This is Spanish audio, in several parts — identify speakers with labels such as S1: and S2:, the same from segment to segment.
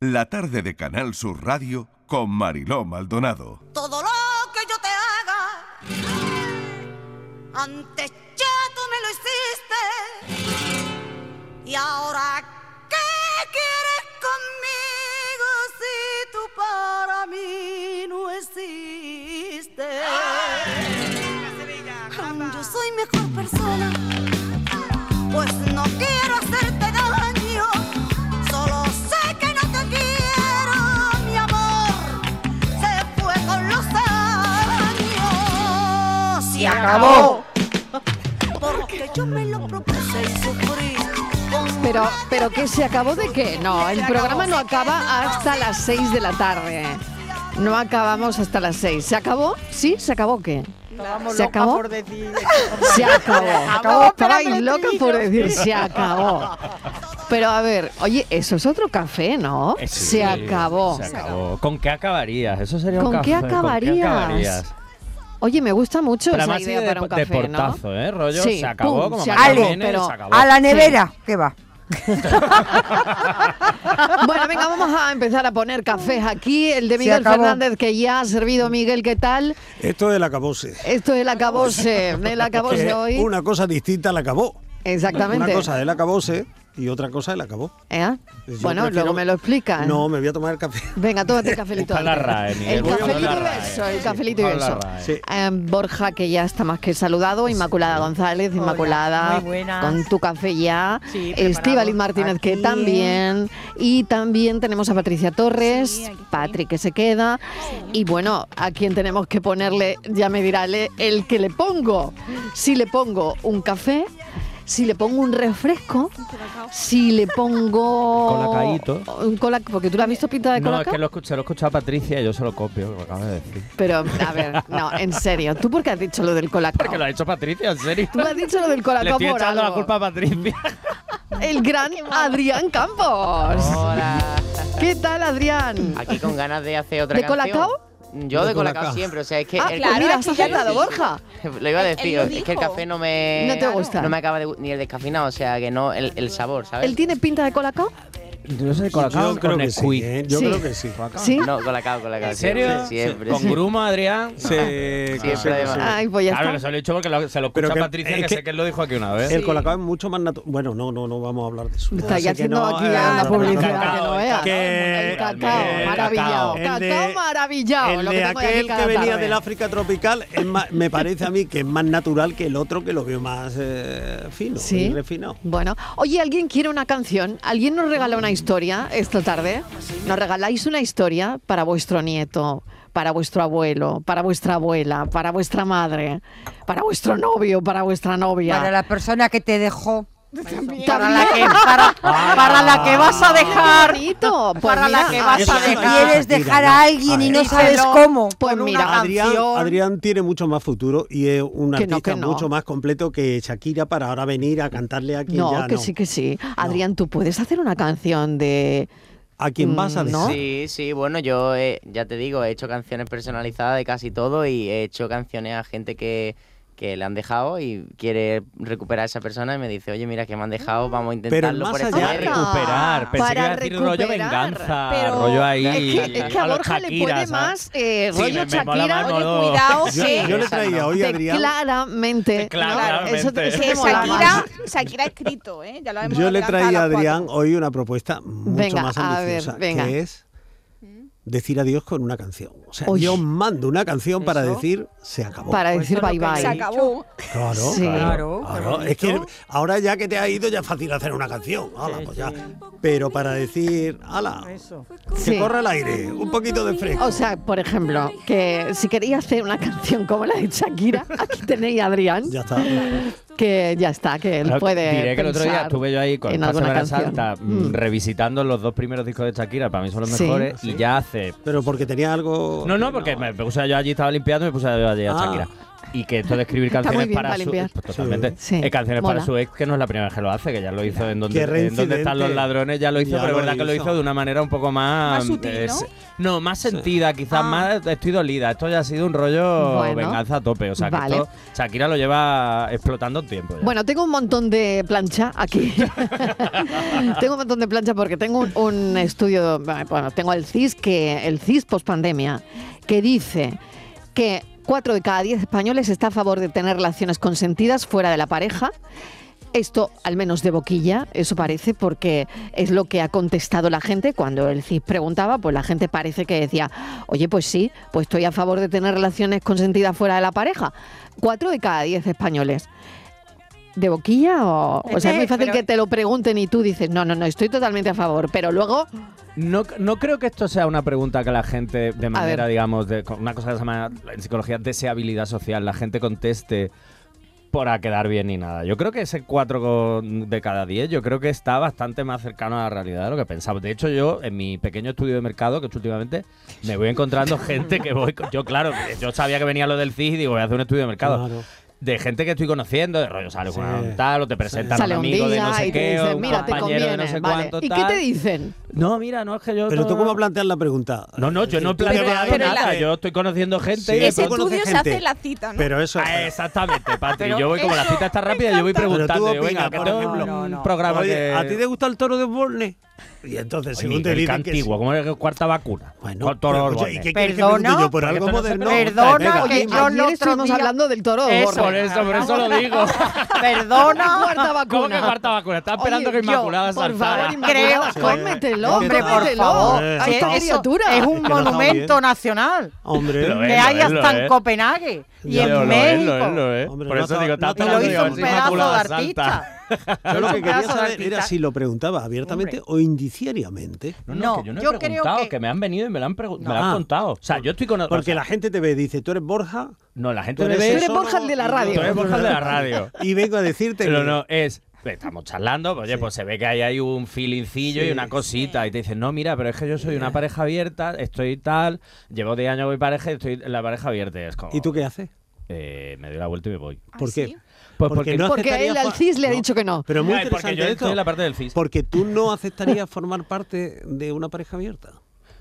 S1: La tarde de Canal Sur Radio con Mariló Maldonado.
S2: Todo lo que yo te haga, antes ya tú me lo hiciste. Y ahora, ¿qué quieres conmigo si tú para mí no existes? Yo soy mejor persona, pues no quiero hacerte daño. Solo sé que no te quiero, mi amor. pues Se fue con los años.
S3: Se acabó.
S2: Porque yo me lo propuse y sufrí.
S3: Pero, pero ¿qué se acabó de qué? No, el programa no acaba hasta las 6 de la tarde. No acabamos hasta las 6. ¿Se acabó? ¿Sí? ¿Se acabó qué?
S4: Estábamos
S3: ¿Se
S4: locas
S3: acabó?
S4: por decir-
S3: Se acabó.
S4: acabó, pero
S3: Estabais
S4: el
S3: loca
S4: estribillo.
S3: por decir se acabó. Pero a ver, oye, eso es otro café, ¿no?
S5: Eh, sí,
S3: se acabó.
S5: Se acabó. ¿Con qué acabarías? Eso sería un
S3: ¿Con qué
S5: café.
S3: acabarías? Oye, me gusta mucho
S5: Pero
S3: esa
S5: además
S3: idea
S5: de,
S3: para un
S5: de
S3: café, ¿no?
S5: portazo, ¿eh? Rollo,
S3: Sí,
S5: se acabó
S3: pum,
S5: como
S3: se
S5: Macarena
S3: acabó,
S5: Jiménez,
S3: pero
S5: se acabó.
S4: A la nevera, que va.
S3: Bueno, venga, vamos a empezar a poner cafés aquí. El de
S4: Se
S3: Miguel
S4: acabó.
S3: Fernández, que ya ha servido. Miguel, ¿qué tal?
S6: Esto del acabose.
S3: Esto es el acabose, el acabose
S6: Que
S3: hoy.
S6: Una cosa distinta la acabó.
S3: Exactamente.
S6: Una cosa el acabose y otra cosa el acabó.
S3: ¿Eh?
S6: Yo
S3: Bueno,
S6: prefiero-
S3: luego me lo explicas.
S6: No, me voy a tomar el café.
S3: Venga, tómate el cafelito.
S5: Busca la
S3: antes.
S5: RAE, Miguel,
S3: Ah. el
S5: busca
S3: cafelito
S5: la
S3: y
S5: RAE.
S3: beso, el cafelito y
S5: Busca la
S3: beso.
S5: RAE.
S6: Sí.
S3: Eh, Borja, que ya está más que saludado, Inmaculada González, Inmaculada,
S4: muy buenas.
S3: con tu café ya,
S4: Sí, preparado.
S3: Estíbaliz Martínez, que
S4: Aquí.
S3: también, y también tenemos a Patricia Torres, Patrick, que se queda, y bueno, a quien tenemos que ponerle, ya me dirá le- el que le pongo, si le pongo un café, si le pongo un refresco, si le pongo...
S5: Un colacaíto.
S3: Un cola, porque tú lo has visto pintada de
S5: No, es
S3: colacao?
S5: que lo escu- se lo he escuchado a Patricia y yo se lo copio, lo acaba de decir.
S3: Pero, a ver, no, en serio, ¿tú por qué has dicho lo del colacao?
S5: Porque lo ha dicho Patricia, en serio.
S3: Tú has dicho lo del
S5: Le
S3: colacao
S5: estoy
S3: por
S5: echando la
S3: algo.
S5: culpa a Patricia.
S3: El gran Adrián Campos.
S7: Hola.
S3: ¿Qué tal, Adrián?
S7: Aquí con ganas de hacer otra
S3: ¿De
S7: canción.
S3: Colacao?
S7: Yo de,
S6: De
S7: Colacao,
S6: Colacao.
S7: siempre, o sea, es que...
S3: Ah,
S7: el-
S3: pues mira,
S8: sí,
S3: has
S8: ya lo
S3: acertado,
S8: dijo.
S3: Borja.
S7: Lo iba a
S8: Él- él
S7: decir,
S8: lo
S7: es que el
S8: dijo.
S7: café no me...
S3: No te gusta.
S7: No me acaba de... gu- ni el descafeinado, o sea, que no, el, el sabor, ¿sabes?
S3: ¿Él tiene pinta de colacao?
S5: No sé,
S6: Yo creo que sí. ¿eh? Yo
S3: Sí.
S6: creo que sí.
S3: ¿Sí?
S7: No, Colacao, Colacao.
S5: ¿En serio?
S7: Siempre, siempre.
S5: ¿Con Gruma, Adrián?
S6: Se-
S7: Siempre
S6: se-
S7: además.
S6: se-
S3: Ay, pues ya
S5: Claro, que
S3: está.
S5: se lo he dicho porque lo- se lo escucha
S6: Pero que-
S5: Patricia,
S6: es
S5: que,
S6: que-
S5: sé que él lo dijo aquí una vez.
S6: El colacao es mucho más natural. Bueno, no, no, no vamos a hablar de eso.
S3: Está
S6: Así que
S3: haciendo
S6: no,
S3: aquí
S6: eh,
S3: ya una
S6: no, no, no, no.
S3: publicidad
S5: cacao,
S3: que no
S5: el
S3: veas.
S6: Que-
S3: El cacao,
S6: el
S3: maravillado.
S6: cacao.
S3: Cacao,
S6: El de-
S3: maravillado.
S6: El
S3: lo
S6: de
S3: tengo yo
S6: aquel
S3: aquí cada
S6: que venía
S3: tarde.
S6: del África tropical es más- me parece a mí que es más natural que el otro que lo veo más eh, fino
S3: Sí.
S6: y refinado.
S3: Bueno, oye, ¿alguien quiere una canción? ¿Alguien nos regala una historia esta tarde? ¿Nos regaláis una historia para vuestro nieto, para vuestro abuelo, para vuestra abuela, para vuestra madre, para vuestro novio, para vuestra novia?
S4: Para la persona que te dejó.
S3: Para
S4: la que- para- para la que vas a dejar.
S3: para la que vas
S6: eso
S3: a
S6: es
S3: dejar.
S6: dejar.
S4: Quieres dejar a alguien y no
S3: Díselo.
S4: sabes cómo.
S3: Pues
S4: Con una
S3: mira,
S6: Adrián,
S4: canción.
S6: Adrián tiene mucho más futuro y es un
S3: Que no,
S6: artista
S3: que no.
S6: mucho más completo que Shakira para ahora venir a cantarle aquí.
S3: No,
S6: ya,
S3: que
S6: no.
S3: sí, que sí. Adrián, tú puedes hacer una canción de...
S6: ¿A quién vas a
S3: Mm,
S6: decir?
S3: ¿no?
S7: Sí, sí, bueno, yo eh, ya te digo, he hecho canciones personalizadas de casi todo y he hecho canciones a gente que, que le han dejado y quiere recuperar a esa persona y me dice, oye, mira, que me han dejado, vamos a intentarlo
S6: más
S7: por
S6: allá
S7: este
S5: Ya
S3: Anda,
S7: barrio".
S5: recuperar. Pensé
S3: para
S5: que iba a decir rollo
S3: recuperar,
S5: venganza.
S8: pero-
S5: rollo ahí.
S3: Es que, es que a
S5: los
S3: Borja le
S5: Shakira,
S3: puede
S5: ¿sabes?
S3: más eh,
S5: ¿ah? Sí,
S3: rollo
S5: me- me mola
S3: Shakira.
S5: más
S3: oye,
S5: Manolo.
S8: cuidado,
S6: Yo,
S8: que-
S6: yo le
S7: esa
S6: traía
S7: no.
S6: hoy a
S3: te-
S6: Adrián.
S3: claramente.
S5: Claramente.
S3: Eso te, eso
S8: Que
S3: te mola
S8: Shakira,
S3: más.
S8: Shakira ha escrito, ¿eh? Ya lo hemos
S6: Yo le
S8: adelantado
S6: traía a
S8: las cuatro.
S6: Adrián hoy una propuesta mucho
S3: Venga,
S6: más
S3: a ver,
S6: ambiciosa,
S3: venga.
S6: que es decir adiós con una canción. O sea,
S3: Uy.
S6: yo mando una canción para decir se acabó.
S3: Para
S4: Pues
S3: decir
S4: eso es
S3: bye
S4: lo que
S3: bye.
S8: Se acabó.
S6: Claro,
S3: Sí.
S4: Claro,
S6: claro.
S4: qué
S6: Es que
S4: bonito.
S6: ahora ya que te has ido ya es fácil hacer una canción. Hala, pues ya. Pero para decir, ala,
S4: Eso.
S3: Sí.
S6: que corra el aire, un poquito de fresco.
S3: O sea, por ejemplo, que si quería hacer una canción como la de Shakira, aquí tenéis a Adrián,
S6: ya está.
S3: que ya está, que él
S5: Claro,
S3: puede.
S5: Diré que el otro día
S3: pensar
S5: estuve yo ahí con
S3: en
S5: Pásame
S3: alguna
S5: la
S3: canción.
S5: Santa mm, revisitando los dos primeros discos de Shakira, para mí son los
S3: Sí.
S5: mejores, y ya hace...
S6: Pero porque tenía algo.
S5: No, no, porque me puse yo allí, estaba limpiando y me puse yo allí a
S6: Ah.
S5: Shakira. Y que esto de escribir
S3: Está muy
S5: canciones
S3: bien
S5: para
S3: para
S5: su
S3: limpiar.
S5: pues, totalmente.
S3: Sí.
S5: Eh, canciones
S3: Mola.
S5: para su ex, que no es la primera vez que lo hace, que ya lo hizo en donde,
S6: Qué
S5: en donde están los
S6: reincidente.
S5: ladrones, ya lo hizo,
S6: Ya
S5: pero
S6: lo
S5: es verdad que lo hizo
S6: hizo.
S5: de una manera un poco más.
S4: Ah,
S8: Más sutil,
S4: eh,
S8: ¿no?
S5: no, más sentida, quizás
S8: Ah.
S5: más estoy dolida. Esto ya ha sido un rollo
S3: Bueno.
S5: venganza a tope. O sea que
S3: Vale.
S5: esto Shakira lo lleva explotando tiempo. ya.
S3: Bueno, tengo un montón de plancha aquí. tengo un montón de plancha porque tengo un, un estudio, bueno, tengo el CIS, que, el CIS pospandemia, que dice que 4 de cada 10 españoles está a favor de tener relaciones consentidas fuera de la pareja. Esto, al menos de boquilla, eso parece, porque es lo que ha contestado la gente. Cuando el CIS preguntaba, pues la gente parece que decía, oye, pues sí, pues estoy a favor de tener relaciones consentidas fuera de la pareja. 4 de cada 10 españoles. ¿De boquilla o...? O sea, es muy
S6: Eh,
S8: Pepe,
S3: fácil
S8: pero-
S3: que te lo pregunten y tú dices, no, no, no, estoy totalmente a favor. Pero luego,
S5: No, no creo que esto sea una pregunta que la gente, de manera,
S3: ver.
S5: digamos, de, con una cosa que se llama en psicología deseabilidad social, la gente conteste para quedar bien ni nada. Yo creo que ese 4 de cada 10, yo creo que está bastante más cercano a la realidad de lo que pensamos. De hecho, yo, en mi pequeño estudio de mercado, que he hecho últimamente, me voy encontrando gente que voy... con- Yo, claro, yo sabía que venía lo del CIS y digo, voy a hacer un estudio de mercado.
S6: Claro.
S5: De gente que estoy conociendo, de rollo, sale con
S6: Sí.
S5: un tal, o te presentan
S3: sale
S5: a
S3: un
S5: un amigo de
S3: día
S5: no sé
S3: y te
S5: qué, o
S3: dicen,
S5: un
S3: mira, te
S5: compañero
S3: conviene,
S5: de no sé
S3: vale.
S5: cuánto,
S3: ¿Y qué te
S5: tal.
S3: dicen?
S5: No, mira, no, es que yo...
S6: Pero tú
S5: no,
S6: cómo
S5: no".
S6: planteas la pregunta.
S5: No, no, yo no he
S6: Tú te vas
S5: planteado
S8: pero la-
S5: nada. Yo estoy conociendo gente
S6: Sí,
S5: y de
S8: Ese
S6: tú
S5: pronto-
S8: estudio
S6: conoces
S8: se hace
S6: gente.
S8: en la cita, ¿no?
S6: Pero eso.
S5: Ah, exactamente, Patri.
S8: Pero
S5: Yo voy como la
S8: eso
S5: cita está
S8: me
S5: rápida, yo voy
S8: encanta.
S5: preguntando.
S6: Pero tú
S5: Yo, venga,
S6: opinas,
S5: que
S6: por
S5: tengo
S6: ejemplo,
S5: un
S4: no.
S5: programa
S6: Oye,
S5: que...
S6: ¿a ti te gusta el toro de Borne? Y entonces,
S5: Oye,
S6: según te
S5: Miguel
S6: dicen que sí.
S5: Antiguo, como la cuarta vacuna.
S6: Bueno,
S5: con todos
S6: pero
S5: los
S6: escucha, ¿y
S5: bornes.
S6: qué quieres que pregunte
S4: Perdona,
S6: yo por
S5: porque
S6: algo
S5: esto no se
S6: moderno?
S5: pregunta.
S6: Venga.
S4: Perdona, que
S3: Oye,
S4: yo el
S3: ayer
S4: otro
S3: estuvimos
S4: día-
S3: hablando del toro de
S5: Eso, por
S3: Borja.
S5: eso, por eso lo digo.
S3: La
S4: Perdona.
S3: cuarta vacuna.
S5: ¿Cómo que cuarta vacuna? Está esperando
S3: Oye,
S5: que Inmaculada
S3: yo, Por favor,
S5: saltara.
S3: Inmaculada,
S6: Creo-
S3: cómetelo,
S4: Hombre, por
S3: cómetelo.
S4: favor.
S6: Eh,
S3: Ay,
S6: sí,
S3: esta
S6: eso
S3: criatura.
S4: Es un
S6: que no está
S4: monumento
S6: bien.
S4: nacional.
S6: Hombre.
S5: Lo
S4: Que
S5: es,
S4: hay
S5: lo es, lo
S6: eh.
S4: hasta en
S5: es.
S4: Copenhague y
S5: Yo lo
S4: en
S5: es, lo es,
S4: México.
S5: lo es.
S6: Hombre,
S5: Por
S6: no
S5: eso
S6: está-
S5: digo, está
S6: no está-
S4: Y lo
S5: esperando que
S4: hizo un
S5: diga,
S4: pedazo de
S5: Inmaculada salta.
S4: artista.
S6: Yo lo
S4: Es
S6: que
S4: un
S6: quería
S4: pedazo de
S6: saber era
S4: artista.
S6: si lo preguntabas abiertamente o indiciariamente.
S5: No, no, que yo no he
S4: yo creo
S5: preguntado,
S4: que-
S5: que... me han venido y me lo han, pregun- me lo han
S6: No.
S5: contado. O sea, yo estoy con...
S6: Porque la gente te ve y dice, tú eres Borja.
S5: No, la gente
S6: tú
S5: me
S6: eres
S5: ve...
S3: eres
S6: eso,
S3: Borja
S6: no,
S3: el de la
S6: y yo-
S3: radio.
S5: Tú eres Borja el de la radio.
S6: Y vengo a decirte
S5: Pero
S6: que-
S5: no, es. Estamos charlando, pues, oye, pues se ve que ahí hay un feelingcillo y una cosita. Y te dicen, no, mira, pero es que yo soy una pareja abierta, estoy tal, llevo 10 años con mi pareja y estoy en la pareja abierta. Y es como,
S6: ¿Y tú qué haces?
S5: eh, me doy la vuelta y me voy.
S8: ¿Ah,
S6: ¿Por qué?
S8: sí?
S5: Pues
S6: Porque no-
S3: Porque
S6: aceptaría
S3: él al
S6: Juan-
S3: CIS le ha
S6: No.
S3: dicho que no.
S6: Pero muy
S5: Ay, porque yo
S6: interesante esto.
S5: estoy en la parte del CIS.
S6: Porque tú no aceptarías formar parte de una pareja abierta.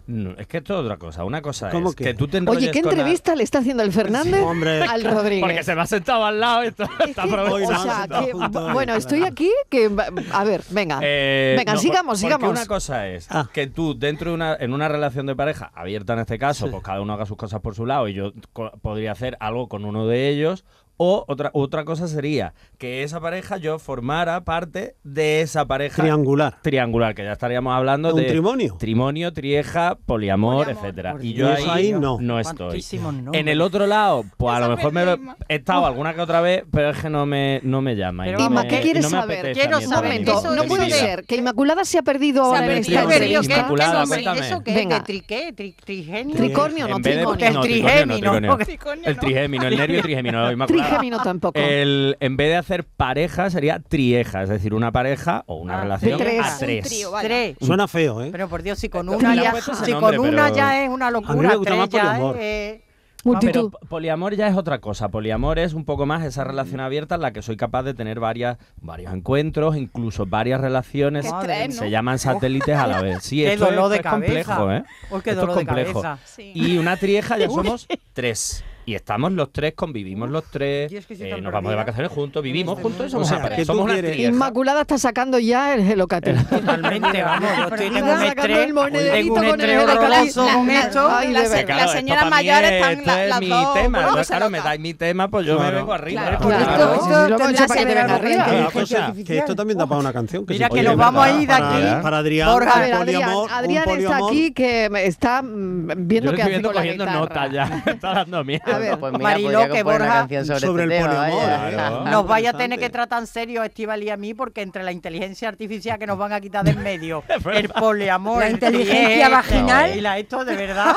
S5: No, es que esto es otra cosa. Una cosa
S6: ¿Cómo
S5: es que?
S6: que?
S5: tú te enrolles
S3: Oye, ¿qué
S5: con la-
S3: entrevista le está haciendo el Fernández
S6: hombre.
S3: al
S5: Porque
S3: Rodríguez?
S5: se me ha sentado al lado y está,
S3: Es
S5: está
S3: que,
S5: aprovechando.
S3: o sea,
S6: está
S3: que-
S6: apuntado.
S3: bueno, estoy aquí que... A ver, venga.
S5: Eh,
S3: venga,
S5: no,
S3: sigamos,
S5: por- porque
S3: sigamos.
S5: Una cosa es
S6: Ah.
S5: que tú, dentro de una, en una relación de pareja, abierta en este caso, pues cada uno haga sus cosas por su lado y yo co- podría hacer algo con uno de ellos. O otra, otra cosa sería que esa pareja yo formara parte de esa pareja
S6: Triangular.
S5: triangular, que ya estaríamos hablando
S6: Un
S5: de
S6: trimonio.
S5: Trimonio, trieja, poliamor,
S8: Poliamor.
S5: etcétera.
S4: Por
S5: Y yo
S6: Dios, ahí
S5: ahí,
S6: no.
S5: no estoy.
S4: Cuantísimos nombres.
S5: En el otro lado, pues a
S8: Esa
S5: lo mejor me lo-
S8: perrima.
S5: he estado alguna que otra vez, pero es que no me, no me llama. y
S4: Pero
S5: no
S4: vamos,
S5: me-
S3: ¿qué quieres
S5: no me
S3: saber?
S5: apetece a
S4: Quiero
S5: mí en
S4: saber,
S5: mi
S3: Momento,
S4: eso-
S5: vida.
S3: no puede ser que Inmaculada se ha perdido
S4: Se ha
S3: ahora en esta
S4: perdido, perdido, ¿qué?
S3: entrevista.
S5: Inmaculada,
S4: ¿Qué nombre?
S5: cuéntame.
S4: ¿Eso qué?
S3: Venga.
S4: ¿Qué tri- qué? Tri- trigenio?
S3: Tricornio, no
S5: En vez de-
S3: trigonio.
S5: no,
S4: El
S5: trigonio, no,
S4: trigémino.
S5: trigonio.
S8: Tricoño,
S5: El
S8: ¿no?
S5: trigémino, el nervio trigémino, Inmaculada. Eh,
S3: Trigémino tampoco.
S5: El, en vez de hacer pareja, sería trieja, es decir, una pareja o una
S4: Ah,
S5: relación
S3: de tres.
S5: a
S8: Un
S5: tres.
S8: trío, vale.
S4: Tres.
S6: Suena feo, ¿eh?
S4: Pero por Dios, si con
S5: No,
S4: una
S5: le han
S4: ya,
S5: puesto ese
S4: si
S5: nombre,
S4: con una
S5: pero-
S4: ya es una
S6: A mí
S4: locura,
S6: me gusta
S4: tres
S6: más
S4: ya
S6: poliamor.
S4: es...
S3: Multitud.
S5: Ah, Pero po- poliamor ya es otra cosa. Poliamor es un poco más esa relación abierta en la que soy capaz de tener varias, varios encuentros, incluso varias relaciones.
S8: Que tres, ¿no?
S5: Se llaman satélites a la vez. Sí,
S4: Qué
S5: esto es-
S4: dolor de
S5: es, complejo,
S4: cabeza.
S5: ¿eh?
S4: Uy, qué
S5: Esto es
S4: dolor de
S5: complejo.
S4: cabeza.
S8: Sí.
S5: Y una trieja ya somos tres. Y estamos los tres, convivimos los tres,
S4: Y es que soy
S5: eh,
S4: tan
S5: nos vamos de
S4: perdida.
S5: vacaciones juntos, vivimos
S4: este
S5: juntos y
S4: mundo.
S6: O
S5: somos,
S6: sea,
S5: una pareja,
S6: que tú
S5: somos una
S6: quieres-
S5: trieja.
S3: Inmaculada está sacando ya el gelocate.
S4: Totalmente, vamos. Yo estoy, tengo un
S3: Está sacando el
S4: estrés,
S3: monederito
S4: tengo un
S3: con el
S4: estrés
S3: Eurocalí.
S4: horroroso con esto.
S3: Ay, de
S8: la,
S3: verdad.
S8: se-
S5: Claro,
S8: la
S5: esto
S8: señora
S5: para mí
S8: mayor
S5: es-
S8: están
S5: esto
S8: la-
S5: es
S8: las
S5: mi
S8: dos
S5: tema, ¿no?
S8: poniéndose
S5: claro, me
S8: locas.
S5: dais mi tema, pues yo me
S6: Claro.
S5: vengo arriba.
S8: Claro.
S5: Pues
S3: Claro.
S5: claro.
S3: Esto- esto
S4: Claro,
S3: lo han hecho para que te venga
S4: claro,
S3: arriba.
S4: claro.
S6: Claro,
S4: inteligencia
S6: o sea, que
S4: artificial.
S6: esto también da para una canción. Que
S4: Mira
S6: sí.
S4: que
S5: nos
S6: es
S5: vamos a
S6: verdad.
S4: ir de
S6: Para-
S4: aquí.
S6: Para Adrián,
S4: Borja.
S3: A
S6: un
S3: ver, Adrián,
S6: poliamor- un
S3: Adrián está
S6: poliamor.
S3: aquí que me está mm,
S5: Yo
S3: viendo
S5: le
S3: qué
S5: estoy
S3: hace
S5: viendo
S3: con la
S5: cogiendo
S3: guitarra.
S5: nota ya, me está dando miedo.
S3: A ver.
S7: Pues mira,
S4: Mariló,
S7: podría
S4: que
S7: componer
S4: Borja-
S7: una canción sobre,
S6: sobre el
S7: este tema,
S6: poliamor,
S7: vaya.
S6: ¿eh?
S5: Claro.
S6: Tan
S4: Nos vaya a tener
S6: interesante.
S4: que tratar en serio, Estival y a mí, porque entre la inteligencia artificial que nos van a quitar del medio, el poliamor, La
S6: inteligencia
S4: vaginal y la esto de verdad,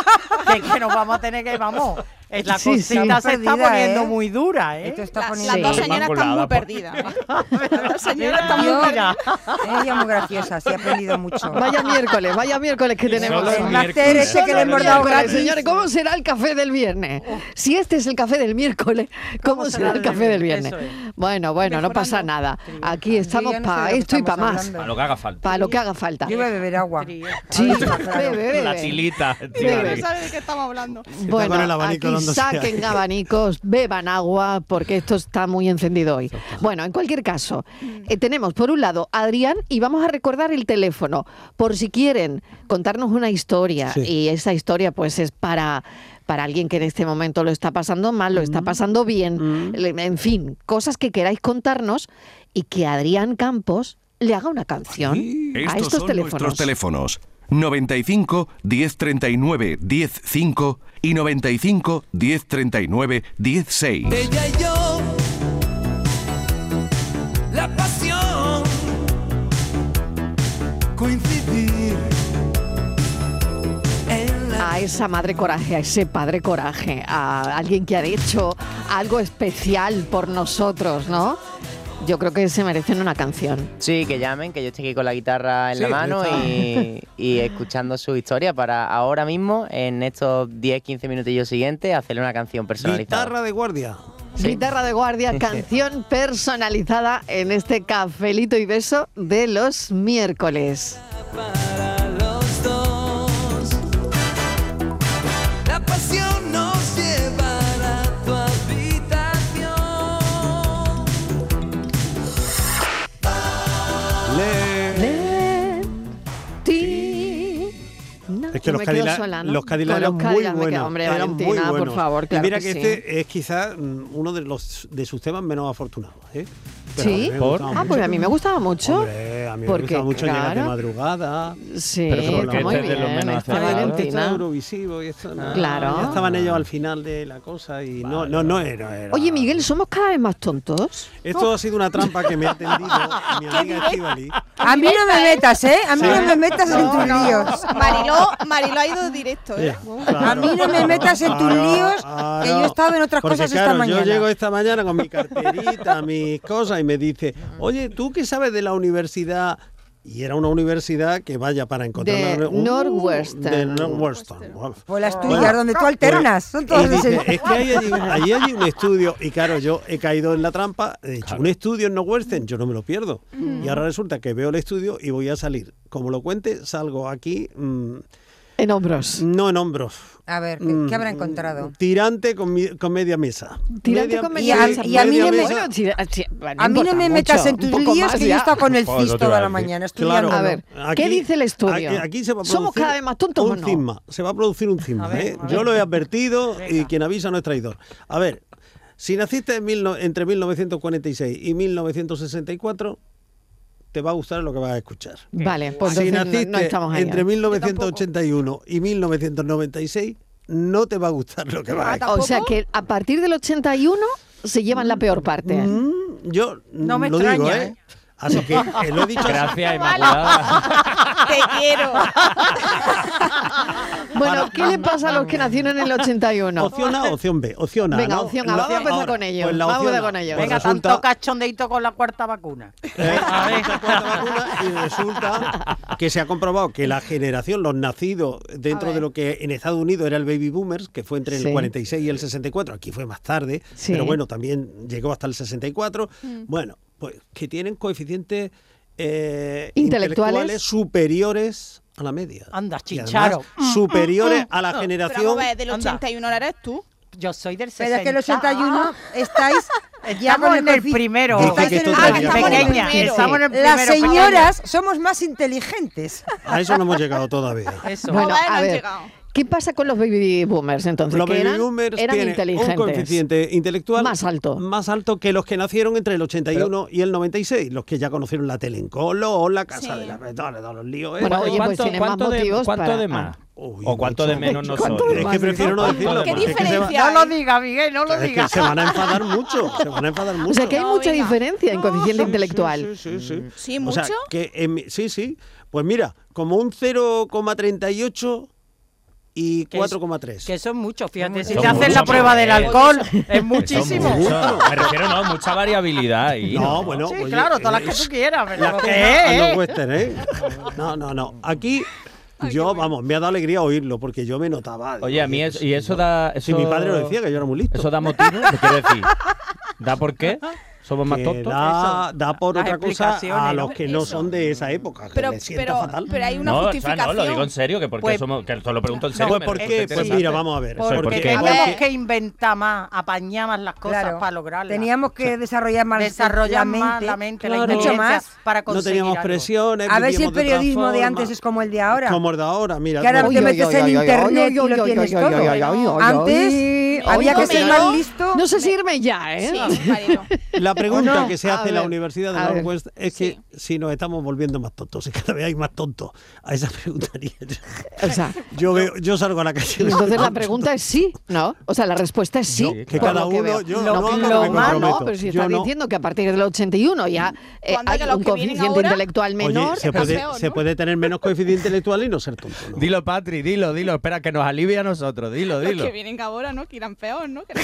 S4: que, que nos vamos a tener que, vamos, Eh, La
S3: Sí, sí.
S4: cosita se está
S9: Perdida,
S4: poniendo
S9: ¿eh?
S4: muy dura, ¿eh?
S9: Esto está
S8: Las,
S9: poniendo.
S8: las dos
S3: Sí.
S8: señoras están muy
S5: Inmaculada, por-
S8: perdidas. Las señoras están muy
S9: Dios.
S8: perdidas.
S9: Ella es muy graciosa, sí, ha aprendido mucho.
S3: Vaya miércoles, vaya miércoles que tenemos.
S5: solo
S9: Es
S3: hoy.
S9: un
S5: miércoles.
S9: placer este que
S3: Solo
S9: le hemos dado
S3: miércoles,
S9: gratis. Oh.
S3: Señores, ¿cómo será el café del viernes? Si este es el café del miércoles, ¿cómo, será el café del viernes?
S4: Eso es.
S3: Bueno, bueno, no
S9: Mejorando.
S3: pasa nada. Aquí estamos
S9: yo no sé de
S3: para
S9: lo que
S3: esto y para
S9: estamos
S3: más,
S9: hablando.
S5: A lo que haga falta.
S3: para lo que haga falta.
S9: Yo iba a beber agua.
S4: Sí.
S3: Sí,
S9: Ahora está claro.
S3: bebe, bebe.
S5: La chilita.
S3: Bebe.
S8: No sabe de qué estamos hablando.
S3: Bueno,
S6: con el abanico
S3: aquí
S6: dándose
S3: saquen
S6: aire.
S3: abanicos, beban agua, porque esto está muy encendido hoy. Bueno, en cualquier caso, eh, tenemos por un lado a Adrián y vamos a recordar el teléfono, por si quieren contarnos una historia
S6: Sí.
S3: y esa historia pues es para para alguien que en este momento lo está pasando mal, lo
S6: Mm.
S3: está pasando bien, le- en fin, cosas que queráis contarnos y que Adrián Campos le haga una canción a
S1: Estos
S3: estos
S1: son
S3: teléfonos.
S1: nuestros teléfonos. 95 1039 105 y 95 1039 106.
S10: Ella y yo, la pasión, coincidir en la...
S3: a esa madre coraje, a ese padre coraje, a alguien que ha hecho algo especial por nosotros, ¿no? Yo creo que se merecen una canción.
S7: Sí, que llamen, que yo estoy aquí con la guitarra en la
S6: Sí,
S7: mano
S6: está.
S7: y, y escuchando su historia para ahora mismo, en estos 10-15 minutillos siguientes, hacerle una canción personalizada.
S6: Guitarra de guardia.
S3: Guitarra de guardia, canción personalizada en este cafelito y beso de los miércoles.
S10: para los dos. La pasión nos llevará a tu habitación.
S6: Le- Es que los Cadillac, los Cadillac eran muy buenos.
S3: Hombre,
S6: eran muy
S3: Valentina, por
S6: buenos.
S3: favor,
S6: Y
S3: claro
S6: mira
S3: que
S6: que,
S3: sí.
S6: este es quizás mm, uno de los de sus temas menos afortunados. ¿eh? Pero a mí
S3: ¿Sí?
S6: me
S5: ¿Por?
S6: gustaba
S3: Ah, pues
S6: mucho.
S3: a mí me gustaba mucho.
S6: Hombre, a mí me
S3: Porque,
S6: gustaba mucho llegar de
S3: claro.
S6: madrugada.
S3: Sí,
S5: Pero que porque
S3: muy
S5: este es de los
S3: bien,
S5: menos
S3: está
S5: Ah, aceptados.
S6: Adelante está
S3: Valentina.
S6: Este Eurovisivo y esto. no,
S3: Claro.
S6: Ya estaban ellos al final de la cosa y no, no, no era. era-
S3: Oye, Miguel, ¿somos cada vez más tontos?
S6: Esto ha sido una trampa que me ha tendido mi amiga Estivali.
S9: A mí no me metas, ¿eh? A mí
S6: Sí.
S9: no me metas en tus líos.
S8: Mariló, Mariló ha ido directo, ¿eh?
S9: A mí no me metas en tus líos, que yo he estado en otras
S6: Porque,
S9: cosas esta
S6: claro,
S9: mañana.
S6: Yo llego esta mañana con mi carterita, mis cosas, y me dice, oye, ¿tú qué sabes de la universidad? Y era una universidad que vaya para encontrar...
S3: De
S6: la- Uh,
S3: Northwestern.
S6: De Northwestern.
S9: Pues las tuyas,
S6: Bueno,
S9: donde tú alternas. Son todas
S6: Y dice,
S9: esas-
S6: es que hay allí, allí hay un estudio, y claro, yo he caído en la trampa, he hecho un estudio en Northwestern, yo no me lo pierdo. Y ahora resulta que veo el estudio y voy a salir. Como lo cuente, salgo aquí, mm,
S3: En hombros.
S6: no en hombros.
S9: A ver, ¿qué,
S6: Mm,
S9: qué habrá encontrado?
S6: Tirante con, mi- con media mesa.
S3: Tirante
S6: Media-
S3: con
S9: y media a- mesa. y a mí no me-
S3: Bueno, tira- tira- bueno,
S9: A mí no
S3: importa
S9: me
S3: mucho,
S9: metas en
S3: un
S9: tus
S3: poco
S9: líos,
S3: más
S9: que yo he
S3: ya.
S9: estado con el
S5: Joder,
S9: CIS
S5: te ¿eh? iba
S9: toda
S5: a
S9: la
S5: decir.
S9: mañana
S6: Claro.
S9: estudiando.
S3: A ver, ¿qué dice el estudio?
S6: Aquí, aquí se va a
S3: ¿Somos
S6: producir
S3: cada vez más tontos o
S6: un
S3: no? Ah,
S6: cisma. Se va a producir un cisma.
S4: ver,
S6: ¿eh?
S4: a ver.
S6: Yo lo he advertido y
S4: Venga.
S6: quien avisa no es traidor. A ver, si naciste en mil no- entre 1946 y 1964, te va a gustar lo que vas a escuchar.
S3: Vale, pues
S6: si
S3: entonces no-
S6: naciste
S3: no, estamos ahí. ¿eh?
S6: entre 1981 y 1996, no te va a gustar lo que vas a escuchar.
S3: O sea que a partir del 81 se llevan la peor parte.
S6: Mm, Yo
S4: No me
S6: lo digo,
S4: extraña,
S6: ¿eh?
S4: ¿eh?
S6: Así que eh, lo he dicho. así.
S5: Gracias, Inmaculada.
S8: Te quiero.
S3: Bueno, ¿qué le pasa a los que nacieron en el 81?
S6: Opción A, opción B, opción A.
S3: Venga,
S6: ¿no?
S3: opción A,
S6: La-
S3: vamos a empezar
S6: ahora,
S3: con ello,
S6: pues la
S3: vamos a
S6: opción
S3: empezar con ello.
S6: pues
S4: Venga,
S6: resulta-
S4: tanto cachondeito con la cuarta vacuna.
S6: Eh, esta cuarta vacuna y resulta que se ha comprobado que la generación, los nacidos dentro de lo que en Estados Unidos era el baby boomers, que fue entre
S3: Sí.
S6: el 46 y el 64, aquí fue más tarde,
S3: Sí.
S6: pero bueno, también llegó hasta el 64,
S4: Mm.
S6: bueno, pues que tienen coeficientes eh,
S3: Intelectuales.
S6: superiores a la media.
S4: Anda, Mm,
S6: Y además,
S4: chicharo.
S6: superiores a la
S8: Pero vamos
S6: generación...
S8: a ver, del
S4: Anda.
S8: 81 ahora eres tú.
S4: Yo soy del 60.
S9: Pero es que el 81 estáis ya
S4: Estamos
S9: con
S4: en el
S9: coefici-
S4: primero.
S6: Dice
S9: Estáis
S6: que
S9: en el
S6: esto
S9: coefici-
S6: todavía-
S8: estamos en el
S4: pequeña.
S8: primero.
S4: Estamos en el primero.
S9: Las señoras somos más inteligentes.
S6: A eso no hemos llegado todavía.
S4: pequeña. Eso.
S3: Bueno,
S8: Joder, no
S3: a
S8: han
S3: ver,
S8: llegado.
S3: ¿qué pasa con los baby boomers entonces?
S6: Los
S3: que
S6: baby
S3: eran,
S6: boomers
S3: eran
S6: tienen
S3: inteligentes.
S6: un coeficiente intelectual
S3: Más alto.
S6: más alto que los que nacieron entre el 81 y el 96, los que ya conocieron la tele en colo o la casa
S8: Sí.
S6: de la todos los líos. ¿eh?
S3: Bueno,
S6: estos.
S3: oye, pues
S5: ¿Cuánto-
S3: tienen
S5: cuánto
S3: más
S5: de-
S3: motivos
S5: ¿Cuánto
S3: para-
S5: de más?
S6: Uy,
S5: ¿O cuánto de
S6: mucho.
S5: menos nosotros?
S3: ¿Cuánto de
S6: es
S3: más?
S6: que prefiero no
S5: ¿Cuánto
S6: decirlo.
S5: de
S8: ¿Qué
S5: más?
S6: porque es que se va-
S8: diferencia
S4: No lo
S8: hay?
S4: diga, Miguel, no lo
S6: es que
S4: diga.
S6: se van a enfadar mucho, se van a enfadar mucho.
S3: O sea que hay
S8: No,
S3: mucha
S8: venga.
S3: diferencia en coeficiente
S6: Sí,
S3: intelectual.
S6: Sí, sí,
S3: Mm,
S6: sí.
S8: Sí,
S6: O
S8: mucho.
S6: sea, que en mi- sí, sí. Pues mira, como un 0,38 y
S4: Que es-
S6: 4,3.
S4: Que son muchos, fíjate, si
S5: Son
S4: te hacen la
S5: muchos,
S4: prueba del
S5: hombre.
S4: alcohol, es
S5: Son
S4: muchísimo.
S5: muchos. Me refiero, no, mucha variabilidad ahí.
S6: No, bueno,
S4: Sí,
S6: oye,
S4: claro, todas las
S6: eh,
S4: que tú quieras, pero
S6: La
S4: lo
S6: queja a
S4: que
S6: los
S4: es.
S6: western, ¿eh? No, no, no. Aquí yo, vamos, me ha dado alegría oírlo porque yo me notaba.
S5: Oye, a mí es- y eso da. Eso,
S6: Si mi padre lo decía, que yo era muy listo.
S5: ¿Eso da motivo? ¿Te quiero decir? ¿Da por qué? ¿Somos más
S6: Que
S5: tontos?
S6: da, da por
S4: Las
S6: otra cosa a
S4: explicaciones,
S6: los
S4: ¿no?
S6: que no
S8: Eso.
S6: son de esa época. Que
S8: Pero,
S6: les sienta
S8: pero,
S6: fatal.
S8: pero hay una
S5: no, o sea,
S8: justificación.
S5: no, lo digo en serio, que porque
S4: Pues-
S5: somos. Que esto lo pregunto en
S4: No,
S5: serio.
S6: pues
S5: me
S6: ¿por
S5: resulta
S6: qué? Pues
S5: interesante.
S6: mira, vamos a ver.
S5: ¿por
S4: Porque
S5: qué?
S4: tenemos
S8: Porque-
S4: que inventar más, apañar más las cosas
S9: Claro.
S4: para lograrlas.
S9: Teníamos que desarrollar más
S4: desarrollar más la mente, la inteligencia
S9: mucho más.
S4: para
S6: No
S4: conseguir
S6: teníamos
S4: algo.
S6: presiones.
S9: A ver si el
S6: vivíamos de otra
S9: periodismo de
S6: forma.
S9: antes es como el de ahora.
S6: Como el de ahora, mira.
S9: Que ahora
S6: tú-
S9: te metes en internet y lo tienes todo. Antes había que ser más
S3: Pero
S9: listo.
S3: No sé si irme ya, ¿eh?
S8: Sí, Marilo.
S6: La pregunta
S3: no?
S6: que se
S3: A
S6: hace en la
S3: ver,
S6: Universidad de
S3: a ver.
S6: Northwest es que si nos estamos volviendo más tontos, si cada vez hay más tontos, a esa pregunta ni-
S3: O sea,
S6: yo veo, yo salgo a la calle.
S3: y entonces la pregunta es sí, ¿no? O sea, la respuesta es sí.
S5: Yo,
S3: por
S5: que
S6: cada
S3: lo
S6: uno-
S3: veo.
S6: yo
S3: lo,
S6: no,
S3: que-
S6: no me
S3: lo más,
S6: comprometo.
S3: no, pero si
S6: Yo
S3: está
S6: no.
S3: diciendo que a partir del 81 ya eh,
S8: Cuando
S3: hay
S8: que los
S3: un
S8: que vienen
S3: coeficiente
S8: ahora-
S3: intelectual menor.
S6: Oye, se,
S8: está
S6: puede,
S8: feo,
S6: se
S8: ¿no?
S6: puede tener menos coeficiente intelectual y no ser tonto. ¿no?
S5: Dilo, Patri, dilo, dilo. Espera, que nos alivie a nosotros. Dilo,
S8: Los
S5: dilo.
S8: que vienen ahora, ¿no? Que irán peor, ¿no? Que-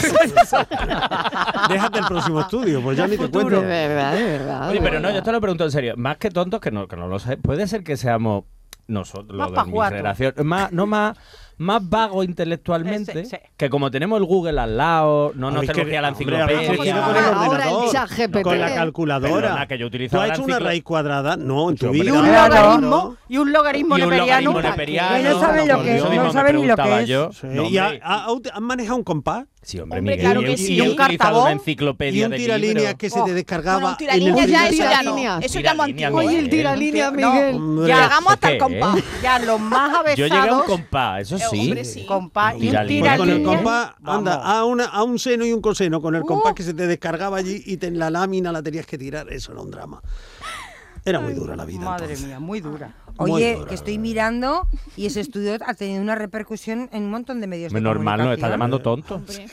S6: Déjate el próximo estudio, pues ya ni te
S3: de
S6: cuento.
S3: verdad, de verdad.
S5: Oye,
S3: de
S5: pero no, yo
S3: verdad.
S5: te lo pregunto en serio. Más que tontos, que no, que no lo sé. Puede ser que seamos nosotros, los de
S4: Más
S5: mi
S4: pajuatos.
S5: generación, más, no más, más vago intelectualmente,
S4: Ese, sí.
S5: que como tenemos el Google al lado, no nos
S6: Habéis
S5: tenemos
S6: cre-
S5: que ir a la
S6: hombre, habéis
S5: enciclopedia.
S6: crecido
S3: Ah,
S6: con el
S3: ahora
S6: ordenador,
S3: el ChatGPT.
S6: Con la
S5: Perdona,
S6: calculadora.
S5: que yo
S6: ¿Tú
S5: utilizaba
S6: has
S5: la
S6: hecho una
S5: enciclo-
S6: raíz cuadrada? No, en tu
S5: Sí,
S6: vida.
S5: hombre,
S4: Y un
S9: Claro.
S4: logaritmo, y un logaritmo
S5: Y un
S4: neperiano.
S5: logaritmo neperiano.
S9: Que no saben lo
S5: con
S9: que es,
S5: eso
S9: no
S5: mismo me
S9: saben ni lo que
S5: preguntaba
S9: es.
S5: yo.
S6: Sí,
S5: No,
S6: ¿Y ha-
S5: hombre.
S6: ha- ha- han manejado un compás?
S5: Sí, hombre,
S8: Hombre,
S5: Miguel,
S8: claro
S5: yo-
S8: que
S5: yo
S8: sí.
S5: he
S4: Y un
S5: utilizado
S4: cartabón. Oh.
S5: una
S6: Y
S5: enciclopedia
S6: un
S5: de
S6: tiralíneas
S5: libros.
S6: que se te descargaba
S8: Bueno, un
S6: en el
S8: tiralíneas ya, eso ya no.
S3: Tiralíneas.
S8: Eso ya es lo
S5: Tiralíneas,
S8: antiguo.
S5: no,
S3: Oye,
S8: ¿eh?
S3: el tiralínea,
S4: No.
S3: Miguel.
S6: Hombre,
S8: Llegamos hasta el
S5: ¿Qué, eh?
S8: compás.
S4: Ya los más
S5: Yo llegué a un
S4: avesados,
S5: compás, eso
S8: Eh,
S5: sí.
S8: hombre, sí.
S4: compás, y un
S5: Tiralínea.
S6: Pues con el
S5: Tiralíneas.
S6: compás, anda,
S4: Vamos.
S6: a, una, a un seno y un coseno, con el compás que se te descargaba allí y te, la lámina la tenías que tirar, eso era un drama. Era muy dura la vida.
S4: Madre
S6: entonces.
S4: mía, muy dura.
S6: Muy
S9: Oye,
S6: dura,
S9: que estoy mirando y ese estudio ha tenido una repercusión en un montón de medios. de
S5: Normal, nos está
S9: comunicación.
S5: llamando tontos.
S8: Hombre.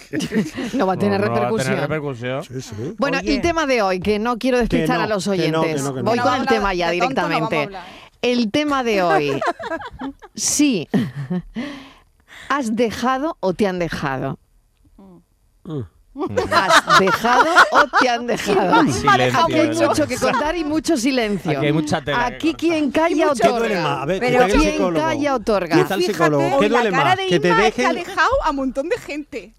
S3: No va a tener
S5: No, no va a
S3: repercusión.
S5: repercusión.
S6: Sí, sí.
S3: Bueno,
S9: Oye.
S3: el tema de hoy, que no quiero despistar
S6: no,
S3: a los
S6: que no, que
S3: oyentes.
S6: no, que no.
S3: Voy
S8: No
S3: con el
S8: vamos a
S3: tema
S8: hablar-
S3: ya
S8: de tonto no vamos a
S3: directamente.
S8: hablar.
S3: el tema de hoy. sí. ¿Has dejado o te han dejado?
S6: Mm.
S3: ¿Has dejado o te han dejado?
S5: Silencio,
S3: Aquí hay
S5: ¿verdad?
S3: mucho que contar y mucho silencio.
S5: Aquí hay mucha tela que
S3: Aquí
S5: cortar.
S3: quien calla
S6: ¿Qué duele
S3: otorga.
S6: más? A ver,
S9: Pero
S6: ¿qué tal el
S3: ¿quién
S6: psicólogo?
S3: calla otorga?
S6: ¿Qué tal el
S9: Fíjate,
S6: psicólogo?
S8: Hoy
S6: ¿Qué
S8: la
S6: duele
S8: cara
S6: más?
S8: de
S6: ¿Que te
S8: Inma es que ha
S6: dejen?
S8: dejado a un montón de gente.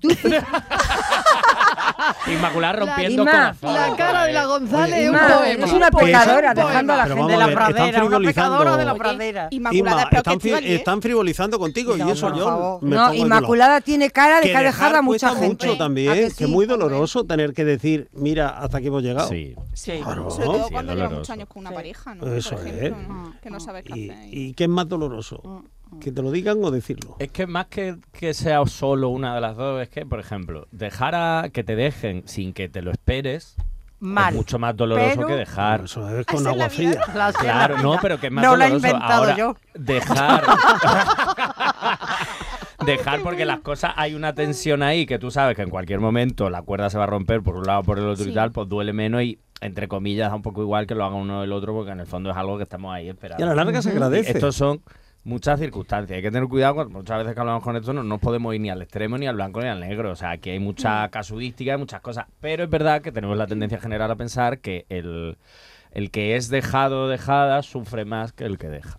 S5: Inmaculada rompiendo
S9: Inma,
S5: corazones.
S3: La cara de la González es un
S9: Inma,
S3: poema.
S9: es una
S6: Pero-
S9: pecadora,
S6: pero
S9: dejando a la
S6: vamos
S9: gente
S4: de
S9: en
S4: la
S6: a ver, están
S4: pradera, una
S6: frivolizando.
S4: pecadora de la
S6: Oye,
S4: pradera.
S8: Inmaculada,
S6: Inma,
S8: espero que
S6: están,
S8: esté
S6: fri-
S8: allí, ¿eh?
S6: están frivolizando contigo
S4: No,
S6: y eso
S4: por
S6: yo
S4: favor.
S6: me pongo
S9: No,
S6: de lado.
S9: Inmaculada tiene cara de que ha dejado a
S6: dejar
S9: mucha
S6: cuesta
S9: gente.
S6: mucho
S9: ¿A
S6: también,
S9: que
S6: que,
S9: sí?
S6: es muy doloroso tener que decir, mira, hasta aquí hemos llegado.
S5: Sí.
S4: Sí.
S6: Claro.
S8: Sobre todo
S5: Sí,
S8: cuando
S5: es
S8: llevas
S5: doloroso.
S8: muchos años con una pareja, ¿no?
S6: Eso
S8: Por
S6: es.
S8: ejemplo, ¿no? Que no sabes qué
S6: ¿Y,
S8: hacer.
S6: y qué es más doloroso? ¿Que te lo digan o decirlo?
S5: Es que más que, que sea solo una de las dos, es que, por ejemplo, dejar a que te dejen sin que te lo esperes
S4: Mal.
S5: es mucho más doloroso
S4: Pero-
S5: que dejar.
S6: Eso es con
S8: Hacer
S6: agua
S8: la vida.
S6: fría.
S4: La
S5: Claro, no, pero que es más
S4: No la he
S5: doloroso.
S4: inventado
S5: Ahora,
S4: yo.
S5: Dejar. dejar porque las cosas, hay una tensión ahí que tú sabes que en cualquier momento la cuerda se va a romper por un lado, por el otro y
S8: Sí.
S5: tal, pues duele menos y entre comillas da un poco igual que lo haga uno o el otro porque en el fondo es algo que estamos ahí
S6: Y a
S5: esperando.
S6: la larga se agradece.
S5: Estos son muchas circunstancias. Hay que tener cuidado cuando muchas veces que hablamos con esto no nos podemos ir ni al extremo, ni al blanco, ni al negro. O sea, aquí hay
S4: Mm.
S5: mucha casuística, hay muchas cosas. Pero es verdad que tenemos la tendencia general a pensar que el, el que es dejado o dejada sufre más que el que deja.